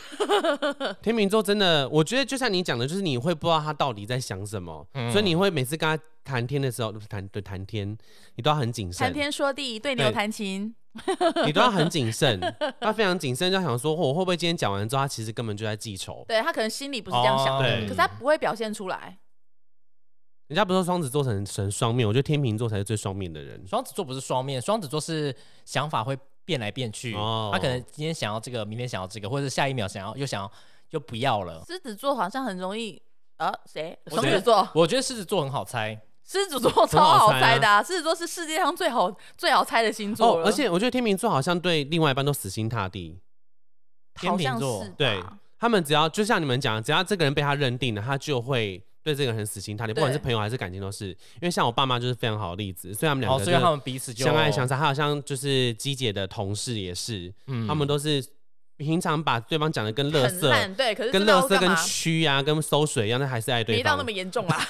S3: 天秤座真的，我觉得就像你讲的，就是你会不知道他到底在想什么，
S2: 嗯
S3: 所以你会每次跟他谈天的时候，不是谈对谈天，你都要很谨慎，
S1: 谈天说地，对牛
S3: 对
S1: 弹琴，
S3: 你都要很 谨慎，他非常谨慎，就想说我会不会今天讲完之后，他其实根本就在记仇。
S1: 对他可能心里不是这样想
S2: 哦
S1: 的，
S3: 对
S1: 可是他不会表现出来。
S3: 人家不是说双子座成成双面，我觉得天秤座才是最双面的人。
S2: 双子座不是双面，双子座是想法会变来变去，
S3: 哦
S2: 他可能今天想要这个，明天想要这个，或者下一秒想要又想要又不要
S3: 啊
S2: 了。
S1: 狮子座好像很容易，呃，谁？
S2: 我
S1: 双
S2: 觉得
S1: 子座。
S2: 我觉得狮子座很好猜，
S1: 狮子座超好猜的、啊，狮子座是世界上最好最好猜的星座
S3: 哦，
S1: 了、
S3: 而且我觉得天秤座好像对另外一半都死心塌地，
S1: 好像
S2: 天秤
S1: 是
S2: 座
S1: 吧
S3: 对他们只要就像你们讲，只要这个人被他认定了，他就会对这个人死心塌地，不管
S1: 对
S3: 是朋友还是感情都是。因为像我爸妈就是非常好的例子，所以他们两
S2: 哦，
S3: 个、
S2: 所以他们彼此就
S3: 相爱相杀，还有像就是鸡姐的同事也是，
S2: 嗯
S3: 他们都是平常把对方讲的跟垃
S1: 很
S3: 圾、
S1: 烂，对，可是
S3: 跟
S1: 知道
S3: 垃圾、
S1: 干
S3: 跟
S1: 嘛
S3: 蛆啊、跟馊水一样，但还是爱对
S1: 没到那
S3: 方
S1: 么。严重 啦，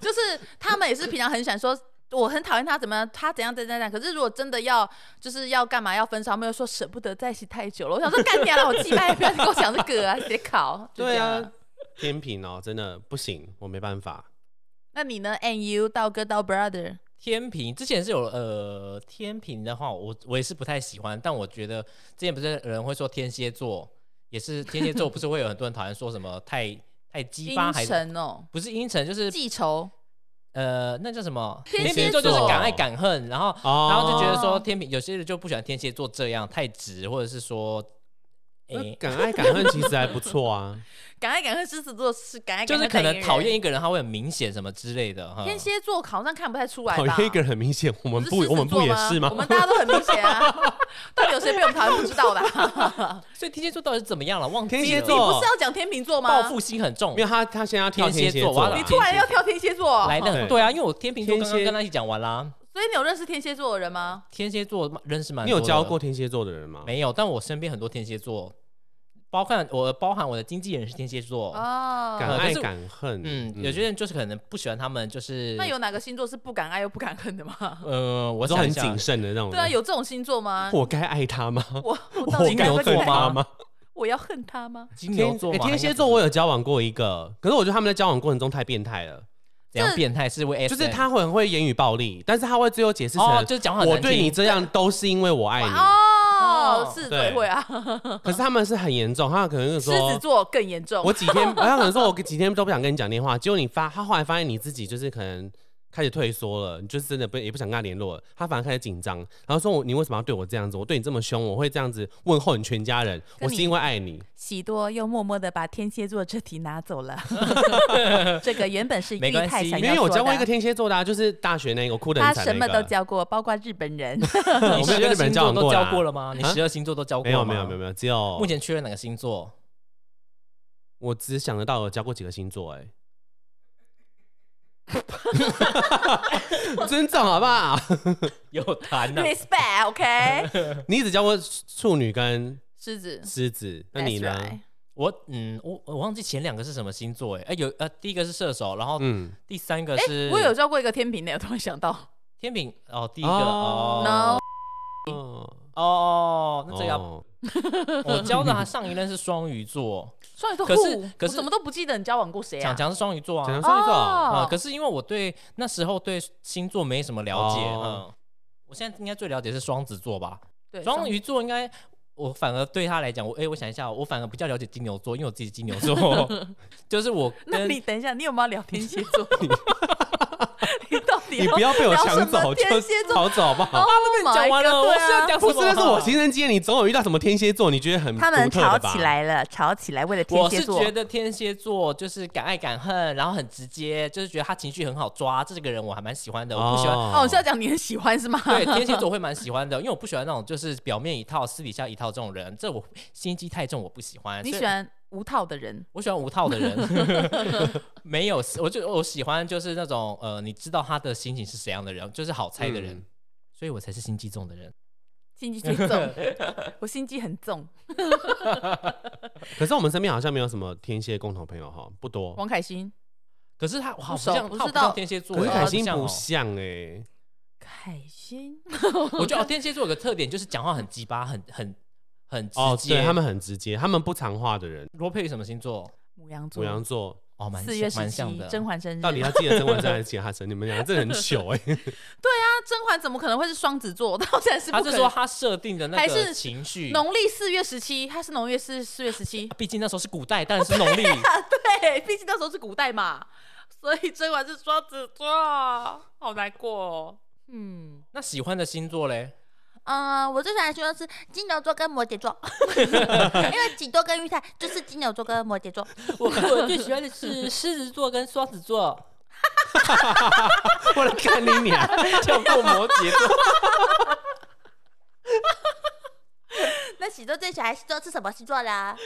S1: 就是他们也是平常很想说。我很讨厌他怎么样，他怎样怎样怎样。可是如果真的要就是要干嘛要分手，他们又说舍不得在一起太久了。我想说干掉了，我祭拜，不要跟我讲这个啊，别考。就这
S3: 对
S1: 样
S3: 啊，，天平哦，真的不行，我没办法。
S1: 那你呢？And you 到哥到 brother，
S2: 天平之前是有呃天平的话，我我也是不太喜欢，但我觉得之前不是有人会说天蝎座也是天蝎座，不是会有很多人讨厌说什么 太太鸡巴
S1: 阴
S2: 还是
S1: 沉哦，
S2: 不是阴沉，就是
S1: 记仇。
S2: 呃那叫什么
S1: 天蝎
S2: 秤座就是
S1: 座
S2: 敢爱敢恨，然后
S3: 哦，
S2: 然后就觉得说天平有些人就不喜欢天蝎座这样太直，或者是说哎诶。
S1: 呃
S3: 那敢爱敢恨其实还不错啊。
S1: 敢爱敢恨狮子座是敢爱
S2: 就
S1: 敢
S2: 是
S1: 恨
S2: 可
S1: 代言人，
S2: 能讨厌一个人，他会很明显什么之类的。哈
S1: 天蝎座好像看不太出来吧？
S3: 讨厌一个人很明显，我们不
S1: 是狮子
S3: 我们不
S1: 座
S3: 也是吗
S1: 我？们大家都很明显啊，到底有谁被我们讨厌不知道的啊、
S2: 所以天蝎座到底是怎么样了？忘记了。
S3: 天蝎
S1: 你
S3: 座
S1: 不是要讲天秤座吗？
S2: 报复心很重
S3: 因为，他他现在要跳
S2: 天蝎
S3: 天蝎
S2: 座
S3: 座
S2: 我
S3: 啦，
S2: 要
S1: 突然要跳天蝎座，
S2: 来的很
S3: 对
S2: 对啊，因为我天秤座
S3: 天
S2: 刚刚
S3: 蝎
S2: 跟他一起讲完啦。
S1: 所以你有认识天蝎座的人吗？
S2: 天蝎座认识蛮
S3: 你
S2: 多的，
S3: 有教过天蝎座的人吗？
S2: 没有？但我身边很多天蝎座，包含我包含我的经纪人是天蝎座。
S1: 哦，
S3: 敢
S2: 呃可
S3: 爱
S2: 是
S3: 敢恨，
S2: 嗯，有些人就是可能不喜欢他们，就是
S1: 那有哪个星座是不敢爱又不敢恨的 吗？
S2: 呃，我
S3: 都
S2: 想
S3: 很
S2: 一下
S3: 谨，慎的那种人。
S1: 对啊，有这种星座吗？
S3: 我该爱他吗？
S1: 我我到
S3: 我
S1: 底
S2: 金
S1: 该
S2: 牛
S1: 不
S2: 座
S1: 该
S2: 吗
S3: 吗？吗？
S1: 我要恨他吗？
S2: 金牛座
S3: 天
S2: 嘛、
S3: 欸天蝎座我有交往过一个，可是我觉得他们在交往过程中太变态了，
S2: 怎样
S1: 这
S2: 变态是为 S
S3: 就是他很会言语暴力，但是他会最后解释成、
S2: 哎哦，就是讲话很
S3: 我
S2: 难
S3: 对你
S2: 听。
S3: 这样都是因为我爱你。
S1: 哦，
S2: 哦
S1: 狮子座也会啊，
S3: 可是他们是很严重，他可能就
S1: 狮
S3: 说
S1: 子座更严重
S3: 我。几天，他可能说我几天都不想跟你讲电话，结果你发，他后来发现你自己就是可能开始退缩了，你就是真的不也不想跟他联络了，他反而开始紧张，然后说我你为什么要对我这样子？我对你这么凶，我会这样子问候你全家人，
S1: 跟
S3: 我
S1: 你
S3: 是因为爱你。
S1: 喜多又默默的把天蝎座这题拿走 了，这个原本是
S2: 没
S1: 玉
S2: 关
S1: 泰
S2: 系
S1: 想
S3: 因为
S1: 要
S3: 我
S1: 说
S3: 教过一个
S1: 的，
S3: 天蝎座的、啊，就是大学那个我哭的
S1: 他
S3: 很惨
S1: 什
S3: 的
S1: 么
S3: 那
S1: 都
S3: 个。
S1: 教过，包括日本人。
S3: 我
S2: 你
S3: 没
S2: 十
S3: 有跟
S2: 二
S3: 日本
S2: 星
S3: 人
S2: 座
S3: 交往
S2: 都
S3: 过啦
S2: 教过了吗？你
S3: 啊
S2: 十二星座都教过
S3: 没有没有
S2: 吗
S3: 没有没有，只有
S2: 目前缺了哪个星座？
S3: 我只想得到有教过几个星座、欸，哎，尊重好不好？
S2: 有谈啊呐、
S1: Respect，OK，、
S3: 你只教过处女跟
S1: 狮子。
S3: 狮子，那你
S1: That's
S3: 呢
S1: right？
S2: 我嗯，我我忘记前两个是什么星座哎、哎、有呃，第一个是射手，然后
S3: 嗯，
S2: 第三个
S1: 哎、
S2: 是、
S1: 我有教过一个天平的，我突然想到
S2: 天秤哦，第一个
S3: 哦
S2: 哦
S1: No
S3: 哦，
S2: 哦，那这个要、
S3: 哦
S2: 我教的他上一任是双鱼座，
S1: 双鱼座
S2: 可是
S1: who？
S2: 可是
S1: 我怎么都不记得你交往过谁啊
S2: 强？强是双鱼座
S3: 讲
S2: 啊
S3: 到，双鱼座，
S2: 啊、
S1: 哦
S2: 可是因为我对那时候对星座没什么了解，
S3: 哦
S2: 嗯，我现在应该最了解是双子座吧，
S1: 对，
S2: 双鱼座应该。我反而对他来讲，我哎、我想一下，我反而比较了解金牛座，因为我自己金牛 座， 就是我
S1: 那
S2: 跟
S1: 你等一下，你有没有聊天蝎座？ 你到底？Oh
S3: 你不要被我
S1: 聊
S3: 抢
S1: 什么
S3: 走，就
S1: 天蝎座
S3: 逃走好不
S2: 哦
S3: 好？
S1: 他
S2: 讲完了，我现
S1: 啊
S2: 在讲什
S3: 不
S2: 么？
S3: 是，那是我情人节，你总有遇到什么天蝎座，你觉得很
S1: 他们
S3: 独特的
S1: 吵
S3: 吧
S1: 起，来了，吵起来为了天
S2: 我
S1: 蝎
S2: 是
S1: 座。
S2: 觉得天蝎座就是敢爱敢恨，然后很直接，就是觉得他情绪很好抓，这个人我还蛮喜欢的。我不喜欢，
S1: 哦，是要讲你很喜欢是 吗？
S2: 对天蝎座我会蛮喜欢的，因为我不喜欢那种就是表面一套、私底下一套这种人，这我心机太重，我不喜欢。
S1: 你
S2: 所以
S1: 喜欢无套的人，
S2: 我喜欢无套的人， 没有，我就我喜欢就是那种呃，你知道他的心情是怎样的人，就是好猜的人，
S3: 嗯
S2: 所以我才是心机重的人。
S1: 心机最 重，我心机很重。
S3: 可是我们身边好像没有什么天蝎共同朋友哈，不多。
S1: 王凯欣，
S2: 可是他我好
S1: 不熟
S2: 像
S1: 不
S2: 他好
S1: 知
S2: 不像
S1: 道
S2: 天蝎座
S3: 可
S2: 欸，
S3: 是
S2: 他
S3: 凯欣
S2: 像
S3: 不
S2: 哦
S3: 像哎，
S1: 凯欣，
S2: 我觉得哦，天蝎座有个特点就是讲话很鸡巴，很很很直
S3: 哦，
S2: 接。
S3: 对他们很直接，他们不常话的人。
S2: 罗佩宇什么星座？
S1: 母羊
S3: 母羊
S1: 座，
S3: 座
S2: 哦，蛮
S1: 四月
S2: 像
S1: 十
S2: 蛮像
S1: 七
S2: 的。，
S1: 甄嬛生日。
S3: 到底他记得甄嬛生还是记得他生？你们俩真的很 糗哎。
S1: 那甄嬛怎么可能会是双子座？到现在是不
S2: 他
S1: 可
S2: 是
S1: 能
S2: 说嗯他设定的那
S1: 还
S2: 个
S1: 是
S2: 情绪，
S1: 农历四月十七，他是农历四四月十
S2: ，
S1: 七
S2: 毕竟那时候是古代，当然 是农历。
S1: 对，毕竟那时候是古代嘛，所以甄嬛是双子座，好难过哦。嗯，
S2: 那喜欢的星座嘞？
S4: 嗯、我最想说的是金牛座跟摩羯座，因为几多跟玉泰就是金牛座跟摩羯座。
S2: 我我最喜欢的是狮子座跟双子 座，
S3: 我来看你俩，
S2: 跳过摩羯座。
S4: 那喜多最喜欢星座是什么星座啦？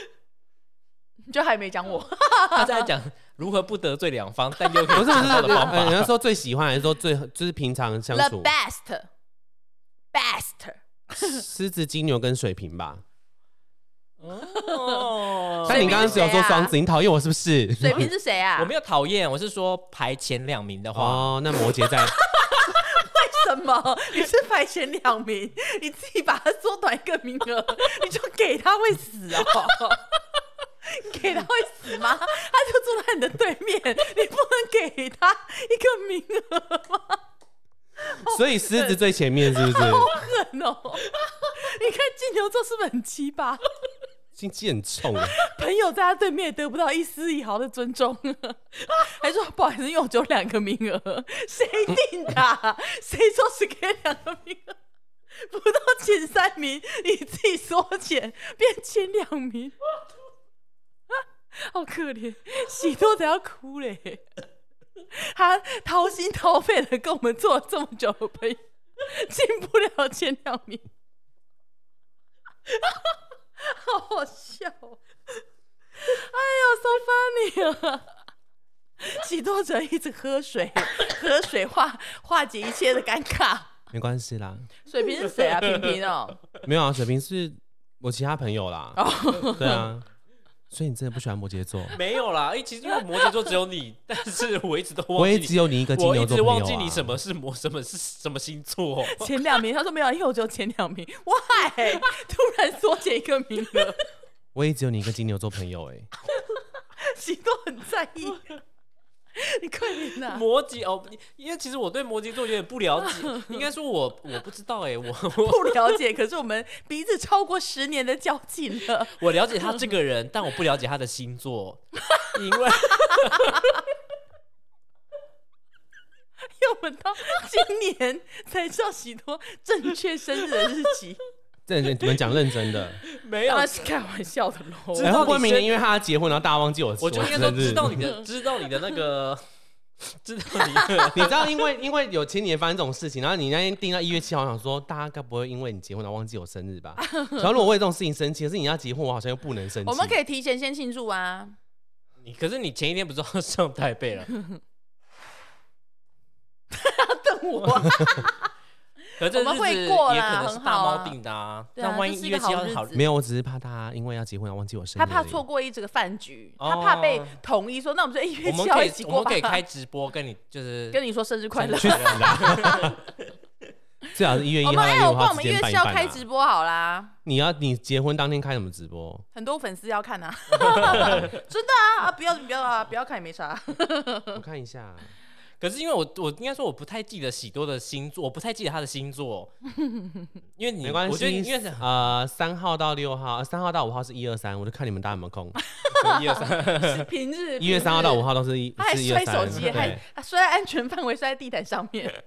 S1: 就还没讲我，
S2: 他在讲如何不得罪两方，但又可
S3: 不
S2: 以
S3: 是不
S2: 达
S3: 是，
S2: 到的方
S3: 呃人家
S2: 法。
S3: 说最喜欢还是说最就是平常相
S1: The
S3: 处？
S1: best best，
S3: 狮子、金牛跟水瓶吧。
S2: 哦
S3: 但你刚刚只有说双
S1: 水瓶是啊
S3: 子，你讨厌我是不是？
S1: 水瓶是谁啊？
S2: 我没有讨厌，我是说排前两名的话，
S3: 哦，那摩羯 在，
S1: 什么？你是排前两名，你自己把它缩短一个名额， 你就给他会死哦。 你给他会死吗？他就坐在你的对面，你不能给他一个名额吗？
S3: 所以狮子最前面是不是？
S1: 狠哦！ 你看金牛座是不是很奇葩？
S3: 心机很重啊。
S1: 朋友在他对面也得不到一丝一毫的尊重， 还说不好意思，因为我只有两个名额， 谁定的啊？ 谁说只给两个名额？不到前三名，你自己缩减变前两名， 好可怜，喜多都要哭嘞。 他掏心掏肺的跟我们做了这么久的朋友，进不了前两名， 好好笑哦、哎呦，so funny 啊！喜多者一直喝水， 喝水化化解一切的尴尬。
S3: 没关系啦，
S1: 水瓶是 谁啊？平平哦，
S3: 没有啊，水瓶是我其他朋友啦。
S1: 哦
S3: 对啊，所以你真的不喜欢摩羯座？
S2: 没有啦。哎，其实因为摩羯座只有你， 但是我一直都忘记
S3: 我也只有你一个金
S2: 我
S3: 牛
S2: 一
S3: 座
S2: 直
S3: 朋友、啊、
S2: 忘记你什么是魔，什么是什么星座。
S1: 前两名。他说没有，因为我只有前两名。Why？突 然缩减一个名额，
S3: 我也只有你一个金牛座朋友哎、
S1: 喜多很在意。你快点啊呐、
S2: 摩羯哦，因为其实我对摩羯座有点不了解，应该说我我不知道哎、我 我
S1: 不了解，可是我们彼此超过十年的交情了。
S2: 我了解他这个人，但我不了解他的 星座，因为
S1: 又们到今年才知道喜多正确生日的日 期，
S3: 这你们讲认真 的，
S2: 没有
S1: 当，然是开玩笑的喽。
S2: 知
S3: 然
S2: 道你
S3: 后哎会不会明年
S2: 生
S3: 因为他结婚，然后大家忘记我
S2: 我就应该说
S3: 生日
S2: 知道你的，知道你的那个， 知道你的，
S3: 你知道，因为因为有前几年发生这种事情，然后你那天定到一月七号，我想说大家该不会因为你结婚然后忘记我生日 吧？然后如果为这种事情生气，可是你要结婚，我好像又不能生气。
S1: 我们可以提前先庆祝啊！
S2: 你可是你前一天不是要上台 北了？
S1: 瞪我啊，
S2: 可是这
S1: 我们
S2: 日
S1: 会
S2: 子
S1: 过
S2: 也
S1: 啦
S2: 可能是
S1: 很
S2: 大
S1: 好
S2: 猫
S1: 啊
S2: 定的啊，
S1: 对啊
S2: 那万
S1: 这
S2: 一
S1: 是
S2: 一
S1: 一
S2: 月
S1: 个
S2: 七号
S1: 好日
S2: 好
S1: 子
S3: 没有，我只是怕他因为要结婚然后忘记我生日
S1: 他
S3: 而已。
S1: 怕错过一这个饭局，
S2: 哦
S1: 他怕被统一说，那我们就一
S2: 我
S1: 月
S2: 们
S1: 七
S2: 可
S1: 号
S2: 以
S1: 一起
S2: 我
S1: 过
S2: 们
S1: 吧
S2: 可以。开直播跟你就是
S1: 跟你说生日快乐
S2: 去，死啦！
S3: 最好是一月一
S1: 我
S3: 号、
S1: 们哎，
S3: 一
S1: 我
S3: 五
S1: 帮我
S3: 号之
S1: 们一
S3: 间
S1: 月
S3: 办一
S1: 七号
S3: 办、
S1: 开
S3: 啊。
S1: 直播好啦，
S3: 你要你结婚当天开什么直播？
S1: 很多粉丝要看啊，真的啊啊！不要不要啊，不要看也没啥。
S3: 我看一下，
S2: 可是因为我我应该说我不太记得喜多的星座，我不太记得他的 星座，因为你
S3: 没关系。
S2: 我觉得因为是
S3: 呃，三号到六号，呃三号到五号是一二三，我就看你们大家有没有 空。
S2: 一二
S3: 啊
S2: 三，
S1: 平日
S3: 一月三号到五，号都是 一，
S1: 平日他还
S3: 是一二
S1: 摔
S3: 三
S1: 手机，
S3: 对
S1: 还还摔在安全范围，摔在地毯上面。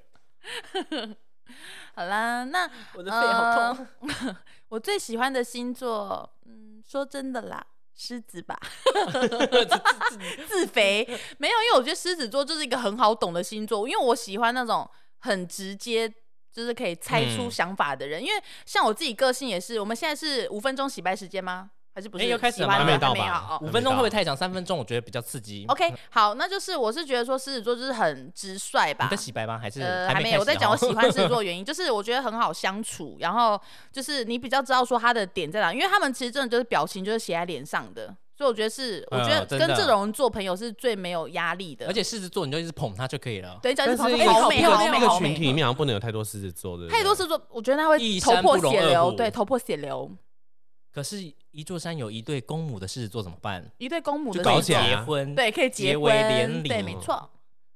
S1: 好啦，那
S2: 我的肺好 痛。
S1: 痛。嗯我最喜欢的星座，嗯，说真的啦，狮子 吧， 自肥没有，因为我觉得狮子座就是一个很好懂的星座，因为我喜欢那种很直接。就是可以猜出
S3: 嗯
S1: 想法的人，因为像我自己个性也是。我们现在是五分钟洗白时间吗？还是不是？
S2: 哎又开始
S1: 洗
S2: 了
S1: 完
S2: 吗
S1: 了
S2: 还没
S3: 到
S1: 有
S3: 吧
S1: 哦
S2: 五分钟会不会太长？三分钟我觉得比较刺激。
S1: OK，好，那就是我是觉得说狮子座就是很直率吧
S2: 你在。洗白吗？还是
S1: 呃，
S2: 还
S1: 还没
S2: 没开始
S1: 有，我在讲我喜欢狮子
S2: 哦。
S1: 座的原因，就是我觉得很好相处，然后就是你比较知道说他的点在哪，因为他们其实真的就是表情就是写在脸上的，所以我觉得是，我觉
S2: 呃
S1: 得
S2: 真
S1: 跟
S2: 的
S1: 这种人做朋友是最没有压力的，
S2: 而且狮子座你就一直捧他就可以了。
S1: 对，只要
S3: 但
S1: 是旁
S3: 是一
S1: 边
S3: 个
S1: 哎好
S3: 一
S1: 美哦
S3: 个
S1: 好美
S3: 一个
S1: 好
S3: 群体里
S1: 美，
S3: 面好像不能有太多狮子座，对不对？
S1: 太多狮子座，我觉得他会
S2: 一
S1: 头
S2: 山
S1: 破
S2: 不容
S1: 血
S2: 二
S1: 流，
S2: 虎
S1: 对，头破血流，
S2: 可是，一座山有一对公母的狮子座怎么办？
S1: 一对公母的
S3: 搞
S1: 那
S3: 起
S1: 种
S3: 来
S2: 结
S3: 啊
S2: 婚，
S1: 对，可以
S2: 结
S1: 婚
S2: 为连，理
S1: 对，没错，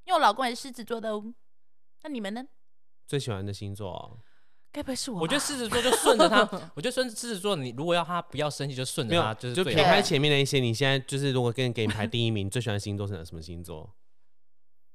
S1: 因为我老公也是狮子座的哦，那你们呢？
S3: 最喜欢的星座哦、
S1: 该不会是我吧？
S2: 我觉得狮子座就顺着他，我觉得顺狮子座，你如果要他不要生气，就顺
S3: 没
S2: 着嗯他，
S3: 有，
S2: 就
S3: 就是就
S2: 最
S3: 撇
S2: 好
S3: 开前面那一些，你现在就是如果跟给你排第一名，最喜欢的星座是哪什么星座？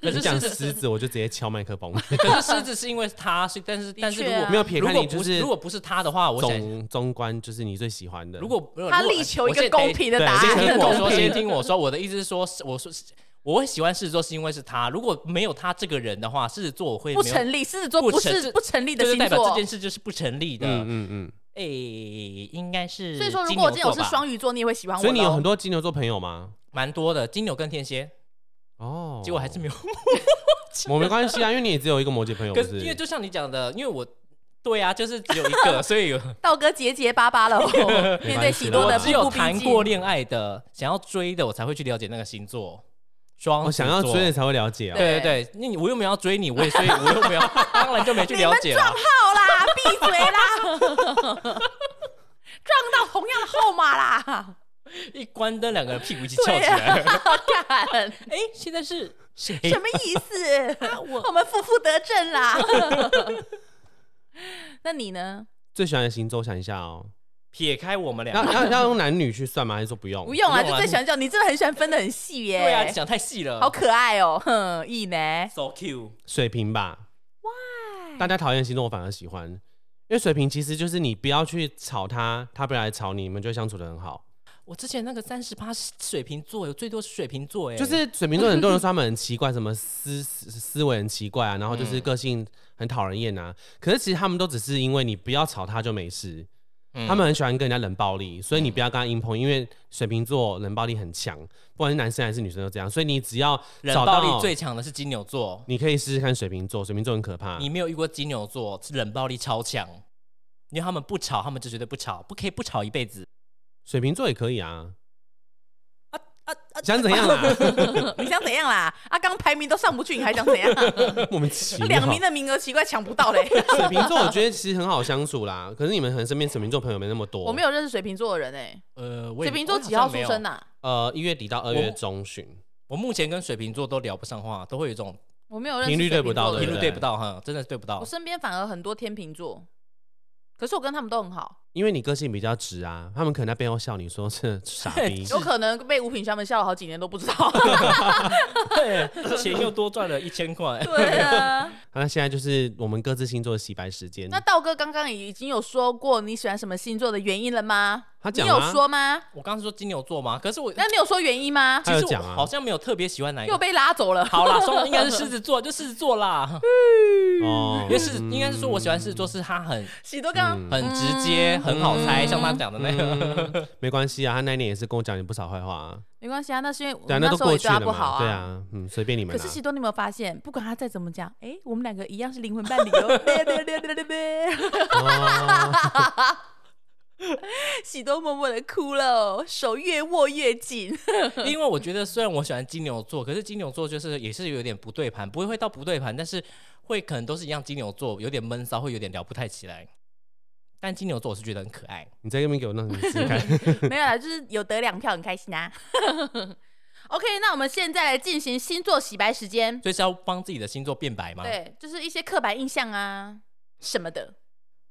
S2: 可是
S3: 你讲
S2: 狮子
S3: 狮子，我就直接敲麦克风。
S2: 可是狮子是因为他是，但是但是如
S1: 确啊
S2: 果
S3: 没有撇
S2: 如
S3: 开
S2: 果
S3: 你，
S2: 不
S3: 就是是
S2: 如果不是他的话，我想
S3: 总中观就是你最喜欢的。
S2: 如果如果
S1: 他力求一
S2: 我
S1: 个
S2: 先
S1: 公
S2: 等
S1: 平的
S3: 对
S1: 答
S2: 先
S1: 案，
S3: 很
S2: 听
S1: 很
S2: 我
S1: 公
S2: 说，
S1: 平
S2: 先听我说，我的意思是说，是我说是我会喜欢狮子座是因为是他，如果没有他这个人的话，狮子座我会没有
S1: 不成立，狮子座
S2: 不
S1: 不
S2: 成
S1: 是
S2: 这
S1: 不成立的
S2: 就是
S1: 星
S2: 代表这
S1: 座
S2: 件。事就是不成立的。
S3: 嗯嗯
S2: 哎、应该是
S1: 所以
S2: 金
S1: 说，如果我
S2: 牛座吧。
S1: 今天我是双鱼座，你也会喜欢
S3: 嗯，
S1: 我。
S3: 所以你有很，多金牛座朋友吗？
S2: 蛮多的，金牛跟天蝎，
S3: 哦，
S2: 结果还是没有。
S3: 我没关系啊，因为你也只有一个摩羯朋友，
S2: 可
S3: 不
S2: 是
S3: 是？
S2: 因为就像你讲的，因为我对啊，就是 只有一个，所以有
S1: 道哥结结巴巴了 哦，面对许多的
S2: 我
S1: 步
S2: 只有
S1: 步逼
S2: 谈
S1: 近。
S2: 过恋爱的，想要追的，我才会去了解那个星座。双
S3: 我、
S2: 子
S3: 哦想要
S2: 座
S3: 追的才会了解哦、
S2: 对对对，那你我又没有要追你，我也所以我又没有，当然就没去了解了。
S1: 好啦，闭嘴啦！ 撞到同样的号码啦！
S2: 一关灯，两个人屁股一起翘起来。
S1: 啊
S2: 哎、
S1: 干，
S2: 现在是谁？
S3: 哎
S1: 什么意思？
S2: 啊
S1: 我们负负得正 啦。那你呢？
S3: 最喜欢的星座，我想一下哦、
S2: 撇开我们俩
S3: 要，要要用男女去算吗？还是说不用？
S1: 不用啦，
S2: 不用
S1: 就
S2: 啦
S1: 最喜欢叫你，真的很喜欢分的很细耶。
S2: 对啊，讲太细了。
S1: 哎好可爱哦，哼，意呢？
S2: so cute，
S3: 水瓶吧。大家讨厌的星座，我反而喜欢，因为水瓶其实就是你不要去吵他，他不要来吵你，你们就会相处的很好。
S2: 我之前那个三十八水瓶座有最多是水瓶座哎，
S3: 就是水瓶座很多人说他们很奇怪，什么思思思维很奇怪啊，然后
S2: 嗯
S3: 就是个性很讨人厌啊。可是其实他们都只是因为你不要吵他就没事，
S2: 嗯
S3: 他们很喜欢跟人家冷暴力，所以你不要跟他硬碰，因为水瓶座冷暴力很强，不管是男生还是女生都这样。所以你只要
S2: 冷
S3: 找
S2: 暴
S3: 到
S2: 力最强的是金牛座，
S3: 你可以试试看水瓶座，水瓶座很可怕。
S2: 你没有遇过金牛座是冷暴力超强，因为他们不吵，他们就绝对不吵，不可以不吵一辈子。
S3: 水瓶座也可以啊，
S2: 啊啊啊！
S3: 想怎样啊？
S1: 你想怎样啦？啊，刚排名都上不去，你还想怎样？
S3: 莫名其
S1: 这
S3: 妙。
S1: 两名的名额奇怪抢不到 嘞。
S3: 水瓶座我觉得其实很好相处啦，可是你们可能身边水瓶座朋友没那么多。
S1: 我没有认识水瓶座的人哎、
S2: 呃，我
S1: 水
S2: 也
S1: 瓶座
S2: 我好像
S1: 几号出
S2: 没有
S1: 生啊呐？
S3: 呃，一月底到二
S2: 我
S3: 月中旬，
S2: 我目前跟水瓶座都聊不上话，都会有一种
S1: 我没有认识
S3: 频率对不到
S1: 水
S3: 对
S2: 一
S1: 瓶座的人
S2: 路对不到哈，真的是对不到
S1: 我。身边反而很多天秤座，可是我跟他们都很好，
S3: 因为你个性比较直啊，他们可能在背后笑你说 是傻逼。
S1: 有可能被五品他们笑了好几年都不知 道。
S2: 对， 钱又多赚了一千块。
S1: 对啊，
S3: 那现在就是我们各自星座的洗白时间。
S1: 那道哥刚刚已经有说过你喜欢什么星座的原因了吗？
S3: 他
S1: 你
S3: 讲啊
S1: 有
S3: 吗
S1: 说吗？
S2: 我刚刚说金牛座嘛，可是我
S1: 那你有说原因吗？
S2: 其
S3: 他嗯有
S2: 实我
S3: 讲啊
S2: 好像没有特别喜欢哪一
S1: 又
S2: 个。
S1: 被拉走了。
S2: 好啦，说应该是狮子座，就狮子座
S3: 嗯
S2: 啦。
S3: 哦，
S1: 嗯
S2: 因为狮子应该是说我喜欢狮子座，是他很
S1: 喜多刚刚
S3: 嗯
S2: 很直接，很好猜，像他讲的那样。
S3: 嗯没关系啊，他那一年也是跟我讲你不少坏话、啊，
S1: 没关系啊，那是因为我
S3: 对
S1: 们
S3: 啊，那
S1: 那
S3: 都
S1: 时候
S3: 过
S1: 也
S3: 去
S1: 对他
S3: 了
S1: 不
S3: 嘛，
S1: 好
S3: 对
S1: 啊。
S3: 啊，嗯，随便你们
S1: 可
S3: 啦、
S1: 是喜多，你有没有发现，不管他再怎么讲，哎，我们两个一样是灵魂伴侣 哦。别别别别别别！
S3: 哦、
S1: 喜多默默的哭了哦，手越握越紧。
S2: 因为我觉得虽然我喜欢金牛座，可是金牛座就是也是有点不对盘，不会会到不对盘，但是会可能都是一样金牛座，有点闷骚，会有点聊不太起来。但金牛座我是觉得很可爱，
S3: 你在那边给我弄什么质 感？
S1: 没有啦，就是有得两票很开心啊。OK，那我们现在来进行星座洗白时间。
S2: 所以是要帮自己的星座变白吗？。
S1: 对，就是一些刻板印象啊什么 的。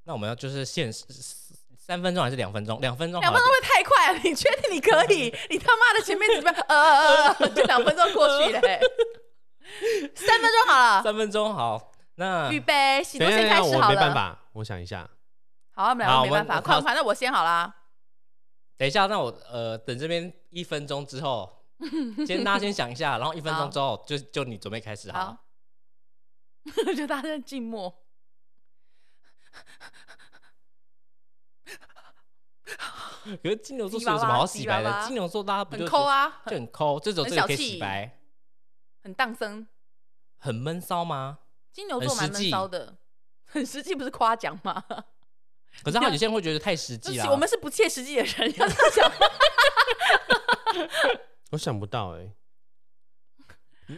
S2: 那我们要就是限时三分钟还是两分钟？两分钟好
S1: 两
S2: 了
S1: 分钟。会太快了，你确定你可以？ 你他妈的前面 怎么样？呃呃呃，就两分钟过去 了、欸，三分钟好了，
S2: 三分钟好。那
S1: 预备，喜多
S3: 等一
S1: 先
S3: 下，等一
S1: 开
S3: 下，
S1: 始
S3: 我
S1: 好
S3: 没办
S1: 了。
S3: 法，我想一下，
S1: 好，我们两
S2: 好
S1: 个没办
S2: 我
S1: 法，
S2: 们
S1: 快快，那我先好啊啦。
S2: 等一下，那我呃等这边一分钟之后，先大家先想一下，然后一分钟之后就就你准备开始好了
S1: 好。， 就大家在静默。
S2: 可是金牛座是
S1: 吉娃
S2: 有
S1: 娃
S2: 什么好洗白
S1: 吉娃
S2: 的？
S1: 娃
S2: 金牛座大家不就
S1: 很抠啊，
S2: 就
S1: 很
S2: 很抠，这种
S1: 很
S2: 这个
S1: 小
S2: 可以
S1: 气
S2: 洗白，
S1: 很荡生。
S2: 很闷骚吗？
S1: 金牛座蛮
S2: 很实
S1: 闷
S2: 际
S1: 骚的， 很实际，不是夸奖吗？
S2: 可是他有些人会觉得太实
S1: 就
S2: 际
S1: 是
S2: 啦。
S1: 我们是不切实际的人，要这样讲。
S3: 我想不到哎、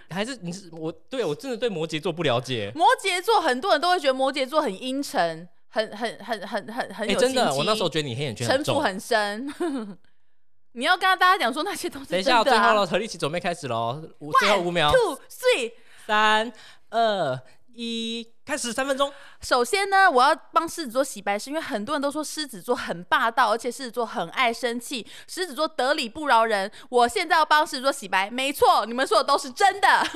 S2: 还是你是我对我真的对摩羯座不了解。
S1: 摩羯座很多人都会觉得摩羯座很阴沉，很很很很很很
S2: 哎，
S1: 有
S2: 真的，
S1: 心
S2: 我那
S1: 机
S2: 时候觉得你黑眼圈
S1: 城府
S2: 重。
S1: 很深。 你要跟大家讲说那些东西
S2: 等一
S1: 真
S2: 下，最
S1: 的
S2: 后
S1: 啊、
S2: 了，合力一起准备开始喽，五最后五秒
S1: t，w o three。
S2: 三二一，开始三分钟。
S1: 首先呢，我要帮狮子座洗白，是因为很多人都说狮子座很霸道，而且狮子座很爱生气，狮子座得理不饶人。我现在要帮狮子座洗白，没错，你们说的都是真的。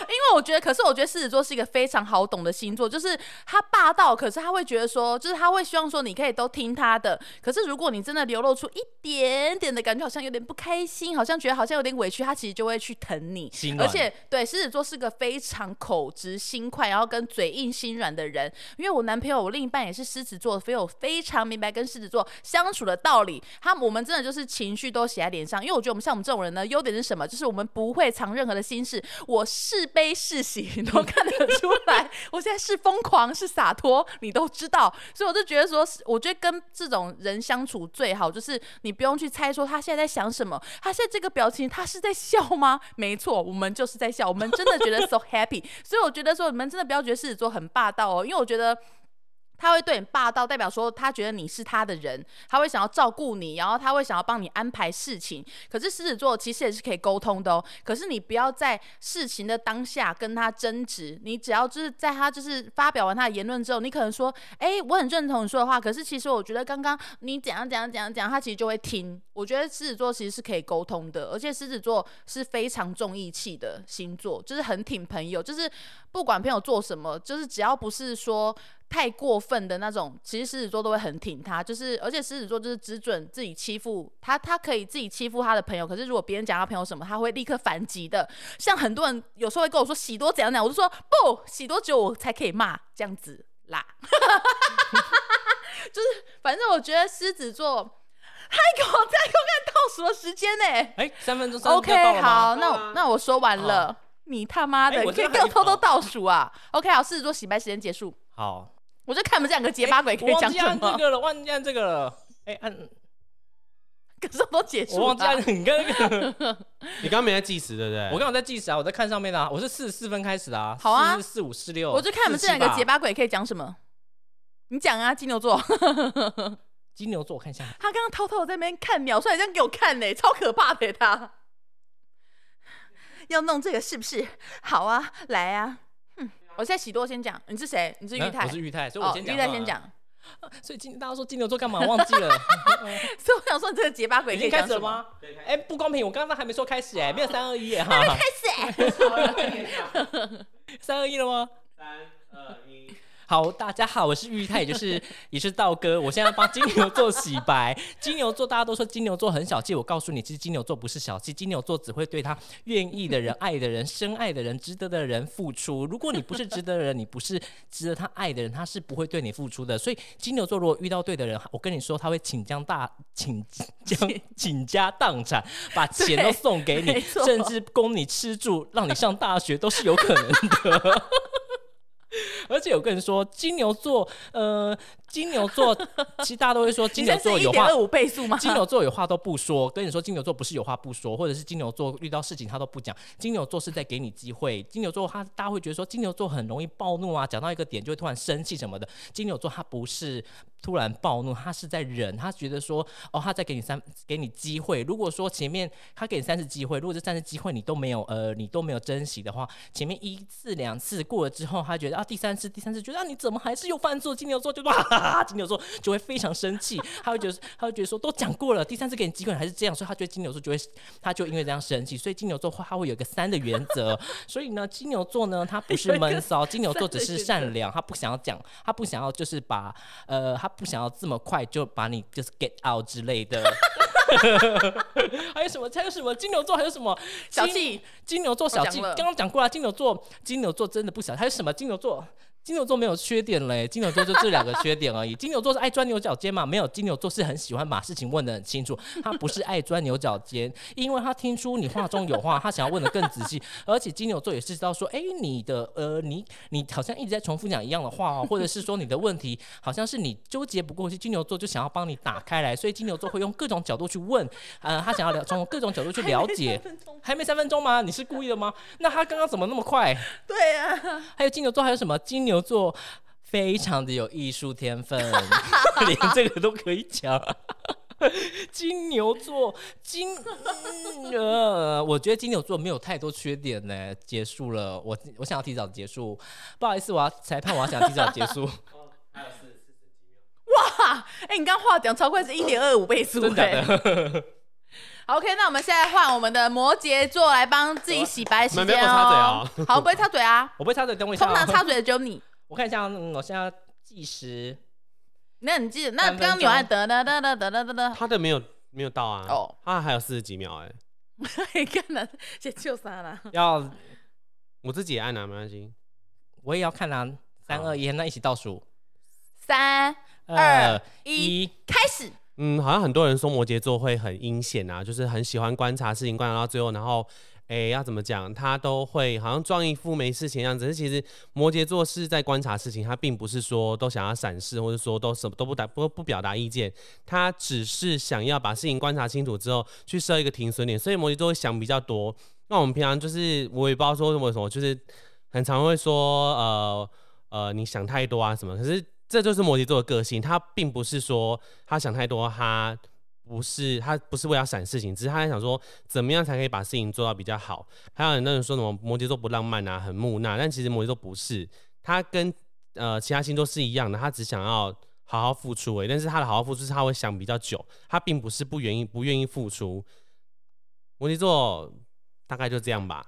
S1: 因为我觉得，可是我觉得狮子座是一个非常好懂的星座，就是他霸道，可是他会觉得说，就是他会希望说你可以都听他的。可是如果你真的流露出一点点的感觉，好像有点不开心，好像觉得好像有点委屈，他其实就会去疼你
S2: 心。
S1: 而
S2: 软
S1: 且对狮子座是个非常口直心快，然后跟嘴硬心软的人。因为我男朋友，我另一半也是狮子座，所以我非常明白跟狮子座相处的道理。他我们真的就是情绪都写在脸上，因为我觉得我们像我们这种人呢，优点是什么？就是我们不会藏任何的心事，我是悲是喜你都看得出来。我现在是疯狂是洒脱，你都知道。所以我就觉得说，我觉得跟这种人相处最好，就是你不用去猜说他现在在想什么，他现在这个表情，他是在笑吗？没错，我们就是在笑，我们真的觉得 so happy。所以我觉得说，你们真的不要觉得狮子座很霸道哦，因为我觉得。他会对你霸道，代表说他觉得你是他的人，他会想要照顾你，然后他会想要帮你安排事情。可是狮子座其实也是可以沟通的哦。可是你不要在事情的当下跟他争执，你只要就是在他就是发表完他的言论之后，你可能说，哎，我很认同你说的话，可是其实我觉得刚刚你怎样怎样怎样怎样，他其实就会听。我觉得狮子座其实是可以沟通的，而且狮子座是非常重义气的星座，就是很挺朋友，就是不管朋友做什么，就是只要不是说太过分的那种，其实狮子座都会很挺他，就是而且狮子座就是只准自己欺负他，他可以自己欺负他的朋友，可是如果别人讲他朋友什么，他会立刻反击的。像很多人有时候会跟我说喜多怎样怎样，我就说不，喜多只有我才可以骂这样子啦。 就是反正我觉得狮子座，还给我再给我看倒数的时间呢、
S2: 哎，三分钟三分钟到
S1: OK，
S2: 了吗？
S1: 好，那我那我说完了，你他妈的，
S2: 嗯哎我
S1: 你可
S2: 这
S1: 以
S2: 边
S1: 给我
S2: 还有
S1: 偷偷倒数啊！OK，好，狮子座洗白时间结束，
S2: 好，
S1: 我就看我们这两个结巴鬼可以
S2: 我
S1: 讲
S2: 忘记
S1: 什
S2: 按
S1: 么
S2: 这，个了，忘记按这个了。哎，按
S1: 可是我都结束
S2: 我忘记按
S1: 了。
S2: 你跟那个，
S3: 你刚刚没在计时对不对？
S2: 我刚好在计时啊，我在看上面的啊，我是四十四分开始的啊，
S1: 好啊
S2: 四四五四六，
S1: 我就看我们这两个结
S2: 巴。
S1: 巴鬼可以讲什么。你讲啊，金牛座，
S2: 金牛座，我看一下，
S1: 他刚刚偷偷地在那边看秒出来，这样给我看呢、超可怕的、他。要弄这个是不是？好啊，来啊。哼，我现在喜多先讲，你是谁？你是玉
S2: 嗯
S1: 泰，
S2: 我是玉泰，所以我
S1: 哦，
S2: 先
S1: 玉
S2: 讲。啊
S1: 泰先。讲。
S2: 所以金大家说金牛座干嘛？我忘记 了，
S1: 所以我想说，你这个结巴鬼
S2: 已
S1: 可以
S2: 经开
S1: 讲
S2: 始了
S1: 什么？
S2: 吗？ 哎、不公平！我刚刚还没说开始哎、没有三二一哎，哈，
S4: 开始，
S2: 三二一了吗？
S3: 三二一，
S2: 好，大家好，我是玉泰，也就是 也是道哥，我现在帮金牛座洗白。 金牛座大家都说金牛座很小气，我告诉你，其实金牛座不是小气，金牛座只会对他愿意的人、爱的人、深爱的人、值得的人付出。如果你不是值得的人，你不是值得他爱的人，他是不会对你付出的。所以金牛座如果遇到对的人，我跟你说，他会倾家大倾将倾家荡产，把钱都送给
S1: 没
S2: 你，
S1: 错
S2: 甚至供你吃住，让你上大学都是有可能的。而且我跟你说，金牛座，呃，金牛座其实大家都会说金
S1: 你
S2: 牛
S1: 现在
S2: 座
S1: 是一
S2: 有
S1: 点
S2: 话
S1: 二。五倍速吗？
S2: 金牛座有话都不说，跟你说金牛座不是有话不说，或者是金牛座遇到事情他都不讲。金牛座是在给你机会，金牛座他大家会觉得说金牛座很容易暴怒啊，讲到一个点就会突然生气什么的。金牛座他不是突然暴怒，他是在忍，他觉得说哦，他在给你三给你机会。如果说前面他给你三次机会，如果这啊三次机会你都没有呃你都没有珍惜的话，前面一次两次过了之后，他觉得啊第三次第三次觉得啊你怎么还是又犯错？金牛座就哇哈哈哈，金牛座就会非常生气，他会觉得他会觉得说都讲过了，第三次给你机会你还是这样，所以他觉得金牛座就会他就因为这样生气，所以金牛座他会有一个三的原则，所以呢金牛座呢他不是闷骚，金牛座只是善良，他不想要讲，他不想要就是把呃他不想要这么快就把你就是 get out 之类的。 还有什么？还有什么？金牛座还有什么？
S1: 小
S2: 金
S1: 气，
S2: 金牛座小气，
S1: 我讲了
S2: 刚刚讲过了，金牛座，金牛座真的不小气，还有什么？金牛座，金牛座没有缺点嘞，金牛座就这两个缺点而 已。金牛座是爱钻牛角尖嘛？没有，金牛座是很喜欢把事情问得很清楚，他不是爱钻牛角尖，因为他听出你话中有话，他想要问得更仔细，而且金牛座也是知道说，哎、你的呃，你你好像一直在重复讲一样的话哦，或者是说你的问题好像是你纠结不过去，金牛座就想要帮你打开来，所以金牛座会用各种角度去问，呃，他想要了从各种角度去了解。还没三分钟吗？你是故意的吗？ 那他刚刚怎么那么快？
S1: 对啊，
S2: 还有金牛座，还有什么？金牛座非常的有艺术天 分，连这个都可以讲。 金牛座，金、嗯呃，我觉得金牛座没有太多缺点呢。结束了，我我想要提早结束，不好意思，我要裁判，我要想提早 结束，
S3: 还有四四十几秒。
S1: 哎、你刚刚话讲超快，是一点二五倍速、
S2: 真的假的
S1: 哎？好 OK，那我们现在换我们的摩羯座来帮自己洗白时
S3: 你们
S1: 间
S3: 不要插嘴啊
S1: 哦。好，不会插嘴啊。
S2: 我不会插嘴，等我一下
S1: 通
S2: 哦、
S1: 常插嘴的只有你。
S2: 我看一下，嗯，我现在计时，
S1: 那你记得，那
S2: 三分
S1: 刚刚你按得得得得得得得，
S3: 他的没有没有到啊，
S1: 哦
S3: 哦，他还有四十几秒哎、
S1: 你看了，先救啥了？
S2: 要
S3: 我自己也按啊，没关系。
S2: 我也要看啊，三二一，那一起倒数，呃
S1: 三二
S2: 二
S1: 一，
S2: 一。
S1: 开始。
S3: 嗯，好像很多人说摩羯座会很阴险啊，就是很喜欢观察事情，观察到最后，然后，哎、要怎么讲，他都会好像装一副没事情样子。可是其实摩羯座是在观察事情，他并不是说都想要闪示，或者说都什么都不打不不表达意见，他只是想要把事情观察清楚之后，去设一个停损点。所以摩羯座会想比较多。那我们平常就是我也不知道说什么什么，就是很常会说呃呃你想太多啊什么，可是这就是摩羯座的个性，他并不是说他想太多，他不是他不是为了闪事情，只是他在想说怎么样才可以把事情做到比较好。还有很多人说什么摩羯座不浪漫啊，很木讷，但其实摩羯座不是，他跟呃其他星座是一样的，他只想要。好好付出诶、但是他的好好付出是他会想比较久，他并不是不愿意不愿意付出。摩羯座大概就这样吧。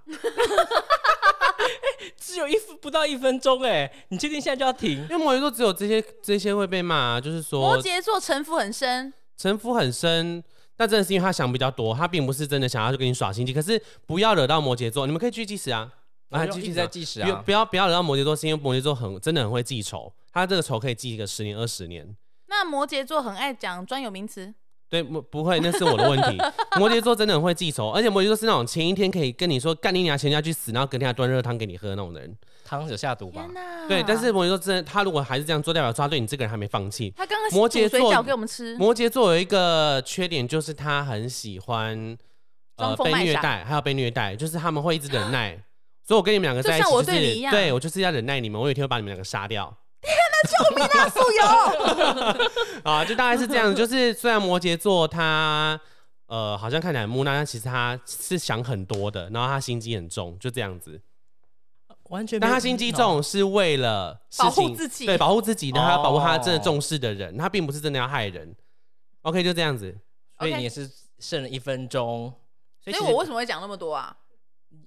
S2: 只有一分不到一分钟哎、你确定现在就要停？
S3: 因为摩羯座只有这些这些会被骂、啊，就是
S1: 摩
S3: 说
S1: 羯座城府很深，
S3: 城府很深。那真的是因为他想比较多，他并不是真的想要去跟你耍心机。可是不要惹到摩羯座，你们可以去计时啊，啊，继续
S2: 在计时
S3: 不要
S2: 啊
S3: 不！要不要惹到摩羯座，是因为摩羯座很真的很会记仇，他这个仇可以记一个十年二十年。
S1: 那摩羯座很爱讲专有名词。
S3: 对，不不会，那是我的问题。摩羯座真的很会记仇，而且摩羯座是那种前一天可以跟你说干你娘，全家去死，然后隔天还端热汤给你喝的那种人。
S2: 汤有下毒吧
S1: 天？哪！
S3: 对，但是摩羯座真的，他如果还是这样做，代表说他对你这个人还没放弃。
S1: 他刚刚
S3: 摩羯
S1: 煮水
S3: 座
S1: 饺给我们吃，
S3: 摩羯座有一个缺点，就是他很喜欢
S1: 装
S3: 呃
S1: 疯
S3: 被
S1: 卖
S3: 虐
S1: 傻
S3: 待，还有被虐待，就是他们会一直 忍耐。所以我跟你们两个
S1: 就
S3: 在一起，
S1: 像我
S3: 就
S1: 对
S3: 是
S1: 你一样
S3: 对我就是要忍耐你们，我有一天会把你们两个 杀掉。
S1: 大素油。
S3: 啊，就大概是这样子。就是虽然摩羯座他呃好像看起来很木讷，但其实他是想很多的，然后他心机很重，就这样子。
S2: 完全没
S3: 但
S2: 有
S3: 他心机
S2: 头脑，
S3: 重是为了事
S1: 保护
S3: 情
S1: 自己
S3: 对，保护自己，然后他保护他
S2: 哦
S3: 真的重视的人，他并不是真的要害人。OK，就这样子。
S2: 所以
S1: OK
S2: 你也是剩了一分钟。所
S1: 所
S2: 以
S1: 以
S2: 其
S1: 我
S2: 实
S1: 为什么会讲那么多啊？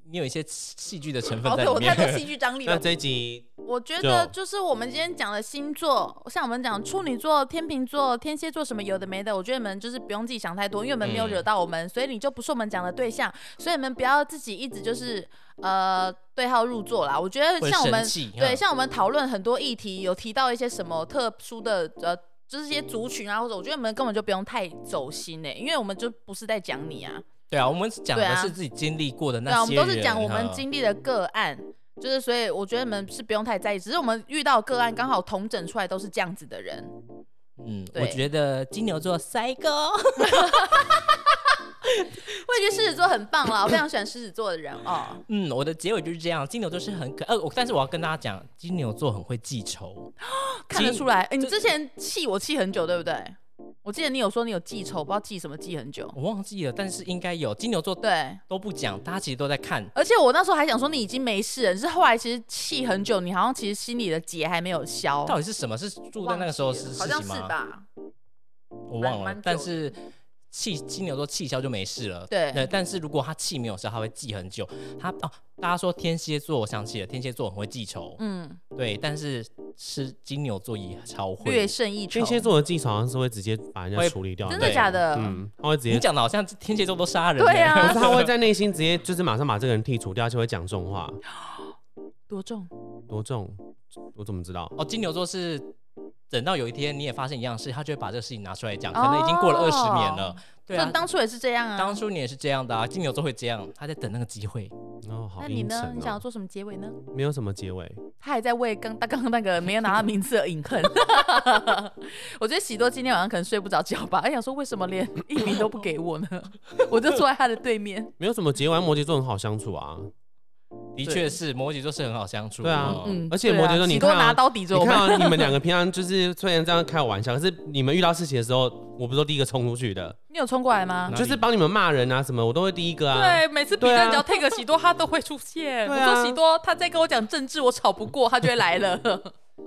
S2: 你有一些戏剧的成分
S1: 哦，
S2: 在
S1: 对
S2: 里
S1: 我太
S2: 面。
S1: 多戏剧张力
S3: 那
S1: 了。
S3: 这一集
S1: 我觉得
S3: 就
S1: 就是我们今天讲的星座，像我们讲处女座、天秤座、天蝎座什么有的没的，我觉得你们就是不用自己想太多，因为你们没有惹
S2: 嗯
S1: 到我们，所以你就不是我们讲的对象，所以你们不要自己一直就是呃对号入座啦。我觉得
S2: 会
S1: 像我
S2: 生
S1: 们
S2: 气
S1: 对
S2: 嗯
S1: 像我们讨论很多议题，有提到一些什么特殊的呃。就是一些族群啊，或者我觉得你们根本就不用太走心呢、因为我们就不是在讲你啊，
S2: 对啊，我们讲
S1: 对
S2: 的
S1: 啊
S2: 是自己经历过的那
S1: 对
S2: 些
S1: 啊，
S2: 人。
S1: 我们都是讲我们
S2: 嗯
S1: 经历的个案，就是所以我觉得你们是不用太在意，只是我们遇到个案刚好统整出来都是这样子的人。
S2: 嗯，我
S1: 对
S2: 觉得金牛座塞哥，
S1: 我也觉得狮子座很棒啦，我非常喜欢狮子座的人哦。
S2: 嗯，我的结尾就是这样。金牛座是很可，呃，我但是我要跟大家讲，金牛座很会记仇，
S1: 看得
S2: 金
S1: 出来，诶你
S2: 这
S1: 之前气我气很久，对不对？我记得你有说你有记仇，不知道记什么记很久。
S2: 我忘记了，但是应该有金牛座
S1: 对，
S2: 都不讲，大家其实都在看。
S1: 而且我那时候还想说你已经没事了，只是后来其实气很久，你好像其实心里的结还没有消。
S2: 到底是什么？是住在那个时候是事
S1: 好像
S2: 情
S1: 是
S2: 吗？
S1: 吧？
S2: 我忘
S1: 蛮蛮
S2: 了
S1: 久的。
S2: 但是气金牛座气消就没事了。
S1: 对
S2: 呃但是如果他气没有消，他会记很久。他哦，大家说天蝎座，我想起了，天蝎座很会记仇。
S1: 嗯，
S2: 对，但是是金牛座也超
S1: 略
S2: 会。
S1: 胜一筹
S3: 天。蝎座的技巧好像是会直接把人家
S2: 会
S3: 处理掉，
S1: 真的
S2: 对
S1: 假的？
S3: 嗯，他会直
S2: 你
S3: 接，
S2: 讲的好像天蝎座都杀人呢。
S1: 对啊
S3: 不 是他会在内心直接就是马上把这个人剔除掉，而且会讲重话，
S1: 多重？
S3: 多重？我怎么知道？
S2: 哦，金牛座是等到有一天你也发现一样事，他就会把这个事情拿出来讲，可能已经过了
S1: 哦
S2: 二十年了。对
S1: 就
S2: 啊
S1: 你，当初也是这样啊。
S2: 当初你也是这样的啊，金牛座会这样，他在等那个机会。
S3: 哦，好
S1: 那你
S3: 阴
S1: 呢？
S3: 沉
S1: 你想要
S3: 哦，
S1: 做什么结尾呢？
S3: 没有什么结尾。
S1: 他还在为刚刚刚那个没有拿到名次而隐恨。 我觉得喜多今天晚上可能睡不着觉吧，哎，想说为什么连一名都不给我呢？ 我就坐在他的对面。
S3: 没有什么结完摩羯座很好相处啊，
S2: 的确是，摩羯座是很好相处。
S3: 对啊
S2: 嗯
S1: 嗯，
S3: 而且
S1: 对啊
S3: 摩羯座你
S1: 喜多
S3: 看啊
S1: 拿刀抵着
S3: 你
S1: 我们
S3: 看，啊，你们两个平常就是虽然这样开我玩笑，可是你们遇到事情的时候，我不是都第一个冲出去的，
S1: 你有冲过来吗？
S2: 哪里
S3: 就是帮你们骂人啊什么，我都会第一个啊。
S1: 对，每次比
S3: 对啊
S1: 蛋只要 take 喜多，他都会出现。
S3: 对
S1: 我
S3: 啊
S1: 说喜多，他在跟我讲政治，我吵不过，他就会来了。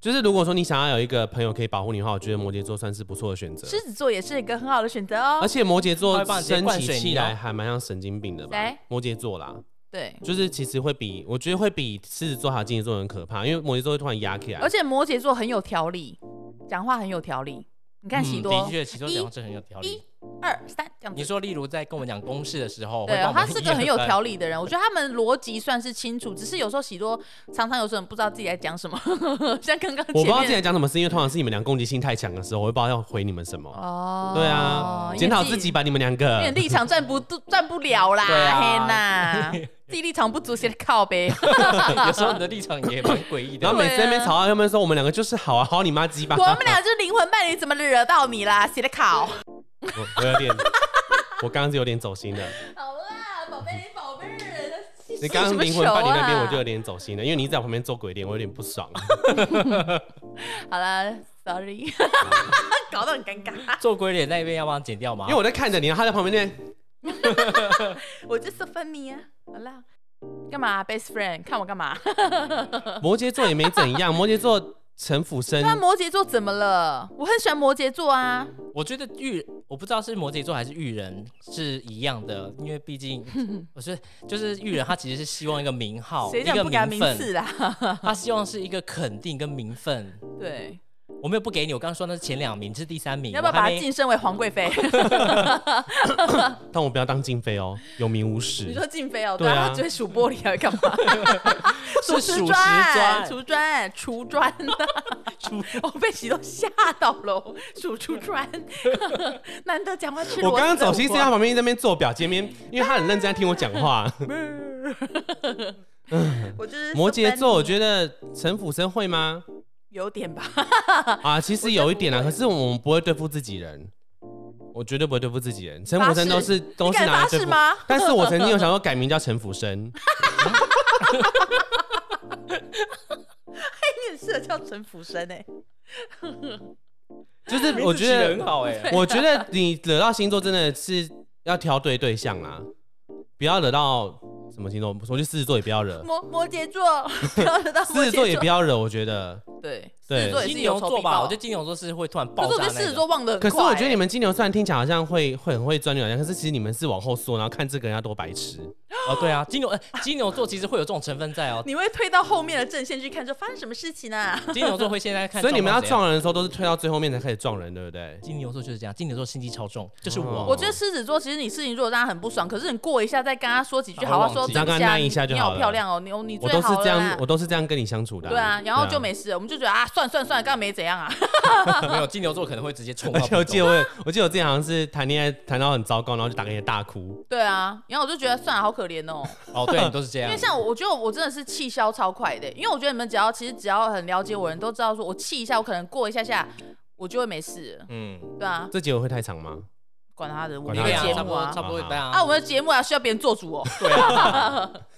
S3: 就是如果说你想要有一个朋友可以保护你的话，我觉得摩羯座算是不错的选择。
S1: 狮子座也是一啊个很好的选择哦
S3: 而。且摩羯座
S2: 他会帮你直接
S3: 生
S2: 灌
S3: 起
S2: 水
S3: 气
S2: 泥哦
S3: 来还蛮像神经病的吧
S1: 谁？
S3: 摩羯座啦，
S1: 对，
S3: 就是其实会比我觉得会比狮子座还有金牛座很可怕，因为摩羯座会突然压起来
S1: 而。且摩羯座很有条理，讲话很有条理。你看
S3: 嗯
S1: 喜多，
S2: 嗯的确，其中
S1: 一
S2: 两个是很有条理
S1: 一。二三这样
S2: 你
S1: 子。
S2: 说，例如在跟我们讲公式的时候，
S1: 对啊
S2: 会帮，
S1: 他
S2: 我们
S1: 是 个很有条
S2: 理。
S1: 理的人，我觉得他们逻辑算是清楚，只是有时候喜多常常有时候很不知道自己在讲什么， 像刚刚
S3: 我不知道
S1: 前
S3: 自
S1: 面
S3: 己在讲什么，是因为通常是你们俩攻击性太强的时候，我会不知道要回你们什么。
S1: 哦
S3: 对啊，
S1: 因为
S3: 检讨自己吧，你们两
S1: 因
S3: 个
S1: 为。立场站不住站不了啦，
S2: 对啊
S1: 嘿呐， 自己立场不足，先靠呗。
S2: 有时候你的立场也蛮诡异
S3: 然后
S2: 的。
S3: 每次在那边吵到，他们说我们两个就是好啊，好你妈鸡巴。
S1: 我们俩就是灵魂伴侣，怎么惹到你啦？谁的考？
S3: 我我有点，我刚刚是有点走心了。
S1: 好啦，宝贝宝贝儿，
S3: 你刚
S1: 什
S3: 刚
S1: 么
S3: 灵魂伴侣那边
S1: 球啊
S3: 我就有点走心了，因为你一直在我旁边做鬼脸，我有点不 爽。
S1: 好啦 s o r r y 搞得很尴尬，
S2: 做鬼脸那边要帮他剪掉吗？
S3: 因为我在看着你，然后他在旁边那，
S1: 我就是 funny 啊。好啦，干嘛？best friend 看我干嘛？
S3: 摩羯座也没怎 样，摩羯座城府深
S1: 对，啊，摩羯座怎么了？我很喜欢摩羯座啊。
S2: 我觉得遇我不知道是摩羯座还是遇人是一样的，因为 毕竟我觉得就是遇人，他其实是希望一个名
S3: 哦
S2: 号，
S1: 谁
S2: 一
S1: 讲
S2: 个
S1: 不给他名
S2: 分，
S1: 次 啦？
S2: 他希望是一个肯定跟名分。
S1: 对，
S2: 我没有不给你，我刚刚说那是前两名，这是第三名，
S1: 要不要
S2: 我还
S1: 把他
S2: 没
S1: 晋升为皇贵 妃？
S3: 但我不要当静妃哦，有名无实
S1: 你。说静妃哦，
S3: 对
S1: 对
S3: 啊
S1: 啊，他追数玻璃还会干 嘛？
S2: 是
S1: 瓷
S2: 属实砖，
S1: 除砖、除 砖的， 我被喜都吓到了，数出 砖，难得讲话吃螺
S3: 我
S1: 丝
S3: 刚刚走心是在
S1: 我
S3: 旁边在那边做表情，那 边因为他很认真在听我讲话。
S1: 我就是
S3: 嗯摩羯座，
S1: 得
S3: 我觉得城府深会吗？
S1: 有点吧，
S3: 啊，其实有一点啊，可是我们不会对付自己人，我绝对不会对付自己人。城府深都是都是
S1: 你敢
S3: 拿来
S1: 发
S3: 对
S1: 誓
S3: 付
S1: 吗？
S3: 但是我曾经有想过改名叫城府深，
S1: 你很适合叫陈福生哎，
S3: 就是
S2: 名字
S3: 我 觉
S2: 起
S3: 得
S2: 很好
S1: 欸
S2: 哎、
S3: 我觉啊得你惹到星座真的是要挑对对象啦，不要惹到什么星座？我觉得狮子座也不要惹，
S1: 摩摩羯 座， 不要惹到
S3: 狮
S1: 摩
S3: 子座
S1: 羯
S3: 也不
S1: 座，
S3: 要惹。我觉得，
S1: 对，狮
S3: 对
S1: 子座也
S2: 金
S1: 是
S2: 牛
S1: 有仇
S2: 座
S1: 必
S2: 吧，
S1: 报。
S2: 我觉得金牛座是会突然爆
S1: 可是我
S2: 炸
S1: 觉得
S2: 那
S1: 狮子
S2: 一
S1: 座
S2: 种。
S1: 忘得很欸
S3: 可
S1: 快、
S3: 是我觉得你们金牛虽然听起来好像会会很会钻牛角尖，可是其实你们是往后缩，然后看这个人要多白痴。
S2: 哦，对啊，金牛，呃金牛座其实会有这种成分在哦。
S1: 你会推到后面的阵线去看，说发生什么事情啊？
S3: 哦
S2: 金牛座会现在看，
S3: 所以你们要。撞人的时候都是推到最后面才开始撞人，对不对？
S2: 金牛座就是这样，金牛座心机超重，就是我。
S3: 哦
S1: 我觉得狮子座其实你事情如果让他很不爽，可是你过一下再跟他说几句
S2: 他
S1: 好话，
S2: 会
S1: 说
S2: 忘记
S1: 对不
S3: 让
S1: 起
S3: 他
S1: 啊，
S3: 耐一下就
S1: 你
S3: 好
S1: 好漂
S3: 了
S1: 亮哦，你哦你
S3: 我
S1: 最
S3: 都是
S1: 好了
S3: 这样
S1: 啦，
S3: 我。都是这样跟你相处的啊、
S1: 对啊，然后就
S3: 啊
S1: 没事了，我们就觉得啊，算算算，刚刚没怎样啊。
S2: 没有金牛座可能会直接冲
S3: 而
S2: 到不
S3: 且
S2: 动。
S3: 我记得我有，我记得我之前好像是谈恋爱谈到很糟糕，然后就打给你大哭。
S1: 对啊，然后我就觉得算了，好可怜 哦。
S2: 哦，对你都是这样。
S1: 因为像我，我觉得我真的是气消超快的，因为我觉得你们只要其实只要很了解我的人都知道，说我气一下，我可能过一下下，我就会没事了。
S2: 嗯，
S1: 对啊，
S3: 这结尾会太长吗？
S1: 管他的，我
S3: 管
S1: 们的
S3: 他的
S2: 对啊，
S1: 节
S2: 差
S1: 目
S2: 不多
S1: 啊
S2: 差不多
S3: 好好
S2: 对啊。
S1: 啊，我们的节目啊需要别人做主哦。
S2: 对啊，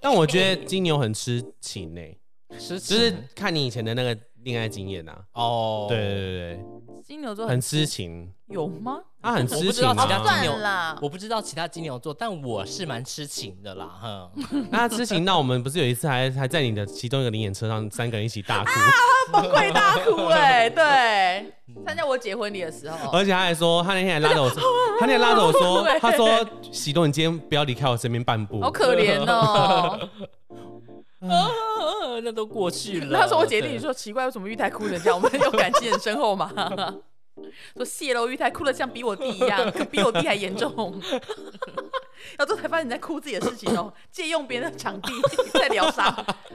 S3: 但我觉得金牛很痴情呢、欸
S2: 是
S3: 就
S2: 就是
S3: 看你以前的那个恋爱经验啊。
S2: 哦，
S3: 对对对对
S1: 金牛座
S3: 对，很痴情，
S1: 有吗？
S3: 他很
S2: 我
S3: 痴
S2: 不知
S3: 情
S2: 道其他
S3: 啊。
S2: 金牛
S1: 算 啦，
S2: 我不知道其他金牛座，但我是蛮痴情的啦，哼。
S3: 那他痴情到我们不是有一次还还在你的其中一个灵眼车上，三个人一起大哭，
S2: 啊
S1: 崩溃哦大哭哎、对，参加我姐婚礼的时候，
S3: 而且他还说他那天还拉着我 说，他那天拉着我说
S1: 对，
S3: 他说喜东你今天不要离开我身边半步。
S1: 好可怜 哦。
S2: 呃，那都过去了。
S1: 那时候我姐弟
S2: 对
S1: 你说奇怪，为什么玉太哭成这样？我们有感情很深厚 嘛。说泄露玉太哭的像比我弟一 样，可比我弟还严重。 然后之后才发现你在哭自己的事情哦，借用别人的 场地在疗伤。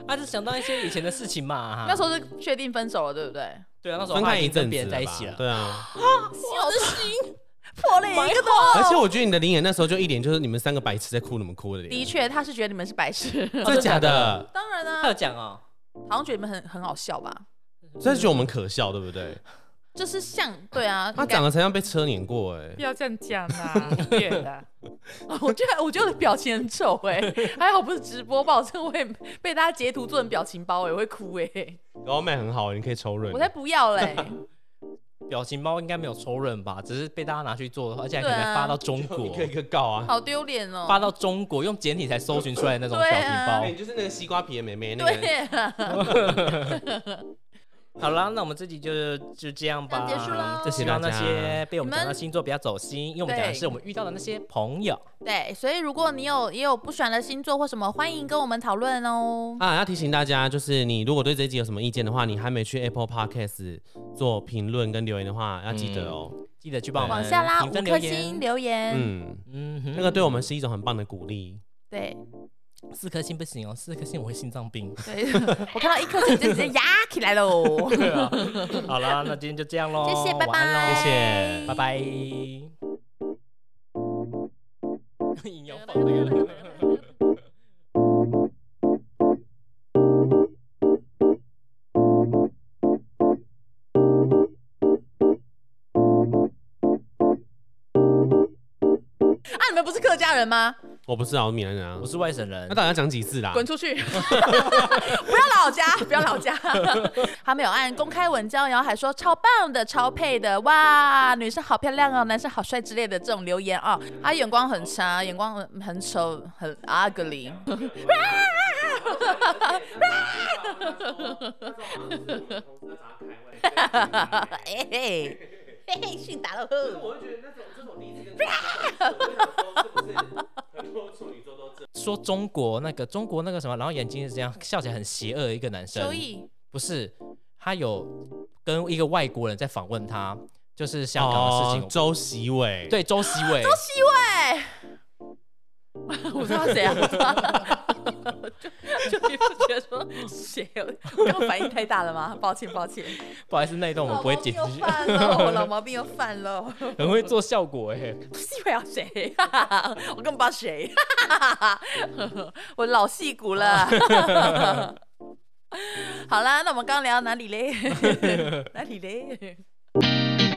S2: 啊，就想到一些以前的事情嘛。哈
S1: 那时候是确定分手了，对不对？
S2: 对啊，那时候
S3: 分
S2: 他
S3: 开
S2: 已
S3: 一
S2: 经跟
S3: 阵
S2: 别
S3: 子
S2: 人
S3: 了
S2: 在一
S3: 吧
S2: 起了。
S3: 对啊。
S1: 我的心破裂一个
S2: 哦
S1: 洞。
S3: 而且我觉得你的灵眼那时候就一脸就是你们三个白痴在哭，你们哭的
S1: 的
S3: 脸，
S1: 确，他是觉得你们是白 痴。
S3: 真的假
S2: 哦真
S3: 的
S2: 的？
S1: 当然啦、
S2: 他有讲哦，
S1: 好像觉得你们很很好笑吧？
S3: 真的觉得我们可笑，对不
S2: 嗯
S3: 对？
S1: 就是像对啊，
S3: 他长得才像被车碾过哎、
S1: 不要这样讲啊啦、 越啦。哦我觉得我觉得我的表情很丑哎、 还好不是直播吧，我真的会被大家截图做成表情包哎、我会哭哎、
S3: 然后卖很好，你可以抽润
S1: 我。才不要嘞、
S2: 表情包应该没有抽人吧，只是被大家拿去做的话，而且还可
S1: 对啊
S2: 能还发到中
S3: 一
S2: 国，
S3: 个一个告啊！
S1: 好丢脸哦。
S2: 发到中国用简体才搜寻出来的那种
S1: 对
S2: 表
S1: 啊
S3: 哎，
S2: 情
S3: 你就是那个西瓜皮的妹妹那个。
S1: 对啊，
S2: 包。好啦，那我们这集就就这样吧，
S1: 这样结束啦
S2: 就希望那
S3: 谢谢大
S2: 些被我们
S1: 你们
S2: 讲到星座比较走心，因为我们讲的是我们遇到的那些朋友。
S1: 对，所以如果你有也有不喜欢的星座或什么，欢迎跟我们讨论哦。
S3: 啊，要提醒大家，就是你如果对这一集有什么意见的话，你还没去 Apple Podcast 做评论跟留言的话，要记得哦。
S2: 记得去帮我们
S1: 往下拉
S2: 嗯评
S1: 五
S2: 分
S1: 颗
S2: 留
S1: 星
S2: 言，
S1: 留言，
S3: 嗯，
S2: 嗯哼，
S3: 那个对我们是一种很棒的鼓励。
S1: 对
S2: 四颗星不行哦，四颗星我会心脏病。
S1: 对， 我看到一颗星就直接压起来喽。
S2: 对啊， 好啦，那今天就这样喽，
S1: 谢谢，拜
S2: 晚安
S1: 拜，
S2: 咯
S3: 谢谢
S2: 拜。 拜。硬要放那个。
S1: 啊，你们不是客家人吗？
S3: 我不是啊，我是闽南人啊
S2: 我。是外省人
S3: 那，到底要讲几次啦？
S1: 滚出去！ 不要老家， 不要老家。他们有按公开文章，然后还说超棒的、超配的，哇，女生好漂亮哦，男生好帅之类的这种留言哦。他眼光很差，眼光很很丑，很 ugly。哎嘿
S4: 嘿嘿，训打了呵。
S3: 我就觉得那种这种例子，我就想说，是不是很多处女座都这
S2: 说中国那个中国那个什么，然后眼睛是这样笑起来很邪恶的一个男生
S1: 所，以
S2: 不是他有跟一个外国人在访问他，就是香港的事情，
S3: 周习伟，，
S2: 对啊周习伟，
S1: 哎，我知道谁 啊？我知道就就你不觉得说谁？我刚刚反应太大了吗？抱歉，抱歉。
S2: 不好意思，啊那一段我们不会剪进去
S1: 老毛病又，犯了，我老 毛病又犯了。
S2: 很会做效果哎、欸，
S1: 戏尾要谁？ 我根本不知道谁， 我老戏骨了。 好啦，那我们刚聊哪里嘞？哪里嘞？